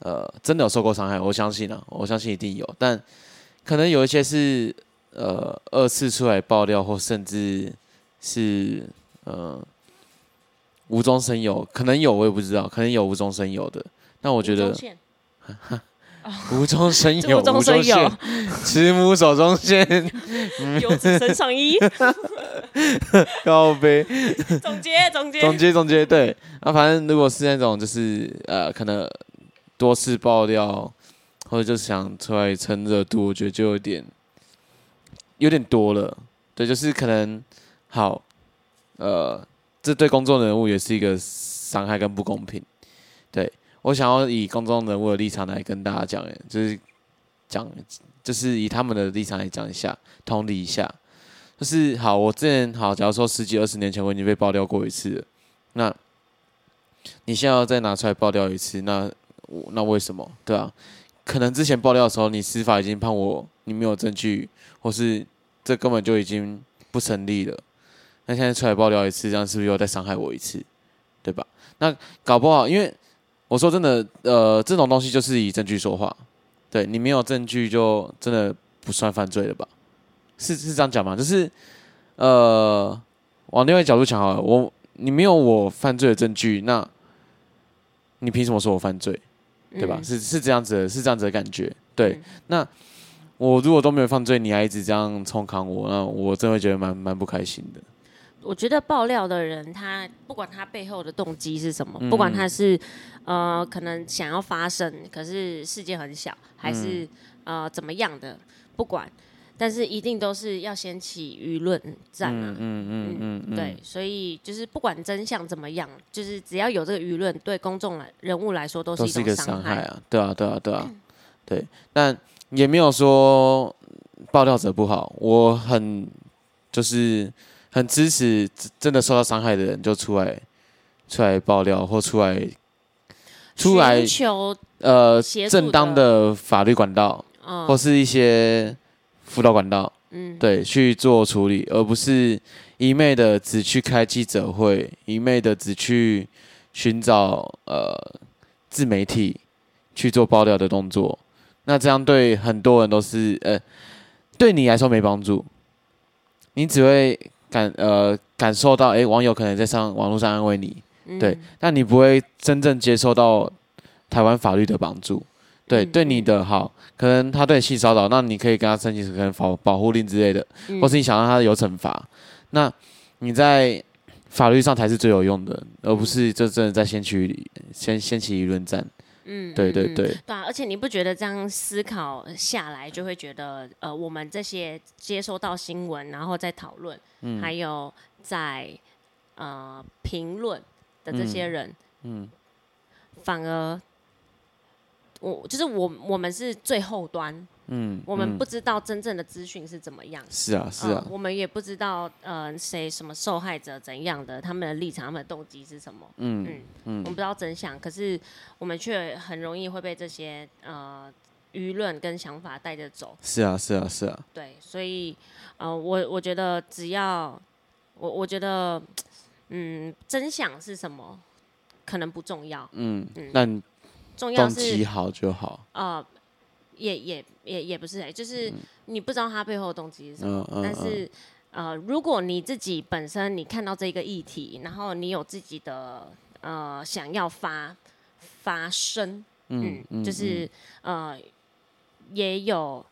S2: 呃，真的有受过伤害，我相信啊，我相信一定有，但可能有一些是呃二次出来爆料，或甚至是呃无中生有，可能有我也不知道，可能有无中生有的。那我觉
S1: 吴
S2: 得
S1: 宗 <laughs> 宪
S2: 无中生有，
S1: 无中生有
S2: 线，慈母手中线， <laughs>
S1: 游子身上衣。 <laughs>
S2: 高杯。
S1: 总结，总结，
S2: 总结总结，对，那、反正如果是那种就是呃，可能多次爆料，或者就想出来蹭热度，我觉得就有点有点多了。对，就是可能好，呃，这对公众人物也是一个伤害跟不公平。对我想要以公众人物的立场来跟大家讲，欸就是讲，就是以他们的立场来讲一下，同理一下。就是好，我之前好，假如说十几二十年前我已经被爆料过一次了，那你现在要再拿出来爆料一次，那我那为什么？对啊，可能之前爆料的时候，你司法已经判我你没有证据，或是这根本就已经不成立了。那现在出来爆料一次，这样是不是又再伤害我一次？对吧？那搞不好，因为我说真的，呃，这种东西就是以证据说话，对你没有证据就真的不算犯罪了吧？是是这样讲吗？就是呃，往另外一个角度讲好了，我你没有我犯罪的证据，那你凭什么说我犯罪？对吧？
S1: 嗯
S2: 是是这样子的，是这样子的感觉。对，
S1: 嗯
S2: 那我如果都没有犯罪，你还一直这样冲扛我，那我真的会觉得蛮蛮不开心的。
S1: 我觉得爆料的人，他不管他背后的动机是什么，
S2: 嗯
S1: 不管他是呃可能想要发声，可是事件很小，还是、
S2: 嗯
S1: 呃怎么样的，不管，但是一定都是要掀起舆论战啊。
S2: 嗯嗯嗯嗯，
S1: 对，所以就是不管真相怎么样，就是只要有这个舆论，对公众来人物来说都
S2: 都
S1: 是
S2: 是
S1: 一
S2: 一个
S1: 种
S2: 伤
S1: 伤
S2: 害。啊，对啊，对啊，对啊，对，但也没有说爆料者不好，我很就是很支持真真的受到伤害的人就出来出来爆料或出来出来
S1: 寻求
S2: 呃
S1: 协助
S2: 正当的法律管道
S1: 嗯
S2: 或是一些辅导管道，
S1: 嗯
S2: 对，去做处理，而不是一昧的只去开记者会，一昧的只去寻找呃自媒体去做爆料的动作。那这样对很多人都是呃，对你来说没帮助，你只会感呃感受到，诶，网友可能在上网络上安慰你，
S1: 嗯
S2: 对但你不会真正接受到台湾法律的帮助。对，
S1: 嗯
S2: 对你
S1: 嗯
S2: 的好，可能他对你性骚扰，那你可以跟他申请可能保保护令之类的，
S1: 嗯
S2: 或是你想让他有惩罚，那你在法律上才是最有用的，而不是就真的在先去先先起舆论战。
S1: 嗯
S2: 对对
S1: 嗯
S2: 对，
S1: 对啊，而且你不觉得这样思考下来，就会觉得呃，我们这些接收到新闻，然后再讨论，
S2: 嗯
S1: 还有在呃评论的这些人，
S2: 嗯
S1: 反而我就是我，我们是最后端，
S2: 嗯，
S1: 我们
S2: 嗯
S1: 不知道真正的资讯是怎么样。
S2: 是啊是啊
S1: 嗯，我们也不知道，呃，谁什么受害者怎样的，他们的立场、他们的动机是什么。
S2: 嗯
S1: 嗯，我们不知道真相，可是我们却很容易会被这些呃舆论跟想法带着走。
S2: 是啊是啊是啊，
S1: 对，所以呃，我我觉得只要我我觉得嗯，真相是什么可能不重要，
S2: 嗯，那你
S1: 重要
S2: 动
S1: 是
S2: 机好就好。
S1: 呃，也也也也不是、欸，就是你不知道他背后的动机是什么，
S2: 嗯嗯
S1: 但
S2: 嗯，
S1: 是。呃，如果你自己本身你看到这个议题，然后你有自己的呃想要发发声，嗯，就是呃，也有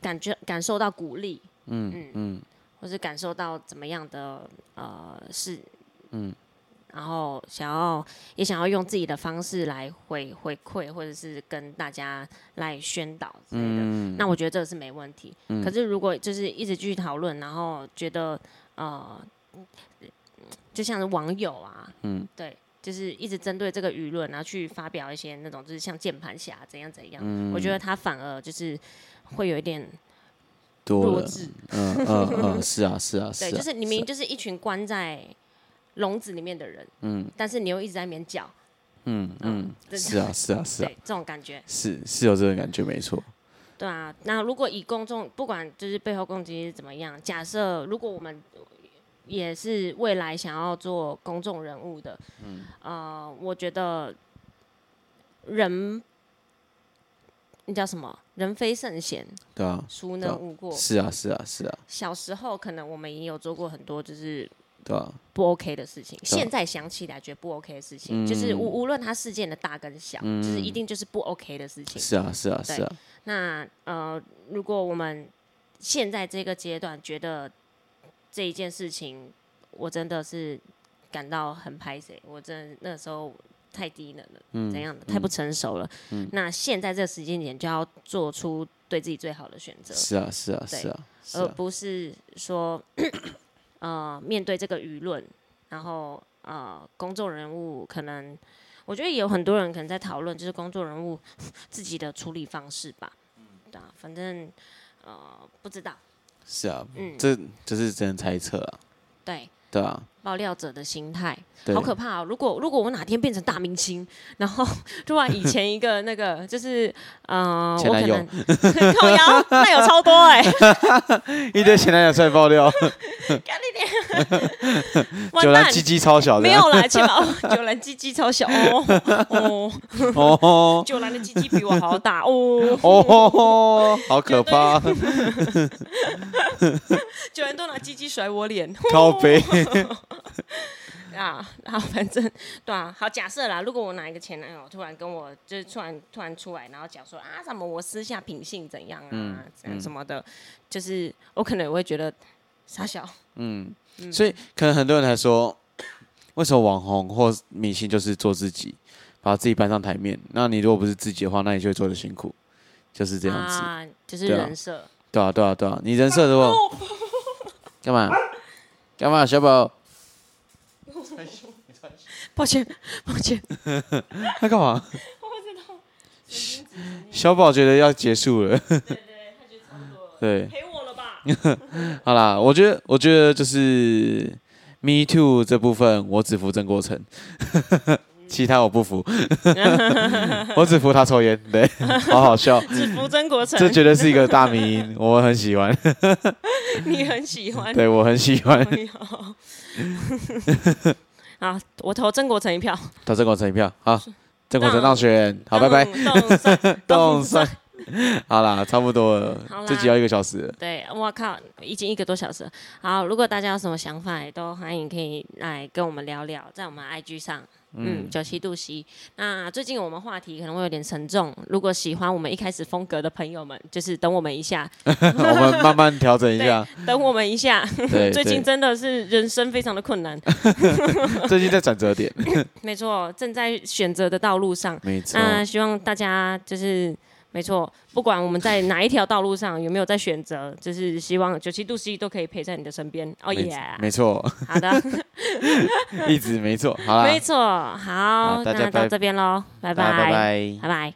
S1: 感觉感受嗯到鼓励，嗯嗯，或是感受到怎么样的呃是嗯，然后想要也想要用自己的方式来回回馈，或者是跟大家来宣导之类的。
S2: 嗯，
S1: 那我觉得这个是没问题。可是如果就是一直继续讨论，然后觉得呃，就像是网友啊，
S2: 嗯，
S1: 对，就是一直针对这个舆论，然后去发表一些那种就是像键盘侠怎样怎样，
S2: 嗯
S1: 我觉得他反而就是会有一点弱
S2: 多了，
S1: 智，
S2: 嗯嗯嗯，是啊是啊是
S1: 对，
S2: 啊，
S1: 就是你明
S2: 是
S1: 明
S2: 啊
S1: 就是一群关在笼子里面的人，
S2: 嗯
S1: 但是你又一直在那边叫，
S2: 嗯嗯，
S1: 对
S2: 是啊是啊是啊
S1: 对，，这种感觉，
S2: 是是有这种感觉没错，
S1: 对啊。那如果以公众不管就是背后攻击是怎么样，假设如果我们也是未来想要做公众人物的，嗯，呃，我觉得人那叫什么？人非圣贤，
S2: 对啊，
S1: 孰
S2: 对啊
S1: 能无过？
S2: 是啊是啊是啊，
S1: 小时候可能我们也有做过很多就是
S2: 对啊，
S1: 不 OK 的事情，
S2: 对啊嗯
S1: 现在想起来觉得不 OK 的事情，就是无无论它事件的大跟小，就是一定就是不 OK 的事情。
S2: 是啊是啊是啊，
S1: 那呃，如果我们现在这个阶段觉得这一件事情，我真的是感到很拍谁，我真的那时候太低能了，怎样的太不成熟了。那现在这个时间点就要做出对自己最好的选择，
S2: 是啊是啊
S1: 对
S2: 是啊是
S1: 而
S2: 啊，
S1: 不是说呃面对这个舆论，然后呃公众人物可能，我觉得有很多人可能在讨论就是公众人物 <laughs> 自己的处理方式吧，
S2: 嗯
S1: 对啊，反正呃不知道，
S2: 是啊，
S1: 嗯，
S2: 这就是只能猜测啊，
S1: 对。
S2: 对啊，
S1: 爆料者的心态，
S2: 对
S1: 好可怕哦！如果如果我哪天变成大明星，然后 <laughs> 突然以前一个那个就是，呃，
S2: 前
S1: 我可
S2: 男友
S1: 能 <laughs> 靠腰，那有超多 <laughs> 哎、
S2: 一堆前男友出来爆
S1: <laughs>
S2: 料，九 <laughs>
S1: 完
S2: 兰
S1: 蛋，
S2: 鸡鸡超小的，
S1: 没有啦，起
S2: <laughs>
S1: 码哦九兰鸡鸡超小哦，哦，
S2: 哦
S1: 九兰的鸡鸡比我好大哦，
S2: 哦，好可怕，
S1: 九兰都拿鸡鸡甩我脸
S2: 靠
S1: <laughs>
S2: 背，
S1: 嗯啊！然后反正对啊，好假设啦，如果我哪一个前男友突然跟我就是突然突然出来，然后讲说啊什么我私下品性怎样啊，
S2: 嗯
S1: 这样什么的，就是我可能也会觉得傻小，
S2: 嗯，所以可能很多人还说，为什么网红或明星就是做自己，把自己搬上台面？那你如果不是自己的话，那你就会做的辛苦，就是这样子。
S1: 啊，就是
S2: 对啊
S1: 人设。
S2: 对啊，对啊，对啊，你人设如果干嘛干嘛，小宝啊
S1: 抱歉，抱歉，
S2: 他干嘛？小宝觉得要结束了，对，
S1: 陪我了吧？
S2: 好啦，我觉得，我觉得就是 Me Too 这部分，我只服郑国成，其他我不服，我只服他抽烟，对，好好笑，
S1: 只服曾国成
S2: 这，绝对是一个大迷因，我很喜欢，
S1: 你很喜欢。
S2: 对我很
S1: <laughs>
S2: 喜欢
S1: 哎呦好，我投曾国成一票。
S2: 投郑国成一票，好，郑国成当选，好，拜拜，
S1: 嗯
S2: <laughs>
S1: <laughs> 动算
S2: 动算，好啦，差不多了
S1: 好啦，
S2: 这集要一个小时了，
S1: 对，我靠，已经一个多小时了。好，如果大家有什么想法，也都欢迎可以来跟我们聊聊，在我们 IG 上。嗯，九七度 C。那最近我们话题可能会有点沉重，如果喜欢我们一开始风格的朋友们，就是等我们一
S2: <laughs>
S1: 下，
S2: 我们慢慢调整一
S1: <laughs>
S2: 下，
S1: 等我们一下。
S2: 哎对，
S1: 最近
S2: 对，
S1: 真的是人生非常的困难，
S2: 最近在转折点，
S1: 没错，正在选择的道路上。
S2: 没错，
S1: 那希望大家就是没错，不管我们在哪一条道路上有没有在选择，就是希望九七度 C 都可以陪在你的身边。哦
S2: 没
S1: 耶！
S2: 没错，
S1: 好的， <laughs>
S2: 一直没错，好啦，
S1: 没错，好，
S2: 好大
S1: 那
S2: 家
S1: 到
S2: 拜
S1: 这边喽，拜
S2: 大家拜
S1: 拜，
S2: 拜。
S1: 拜拜。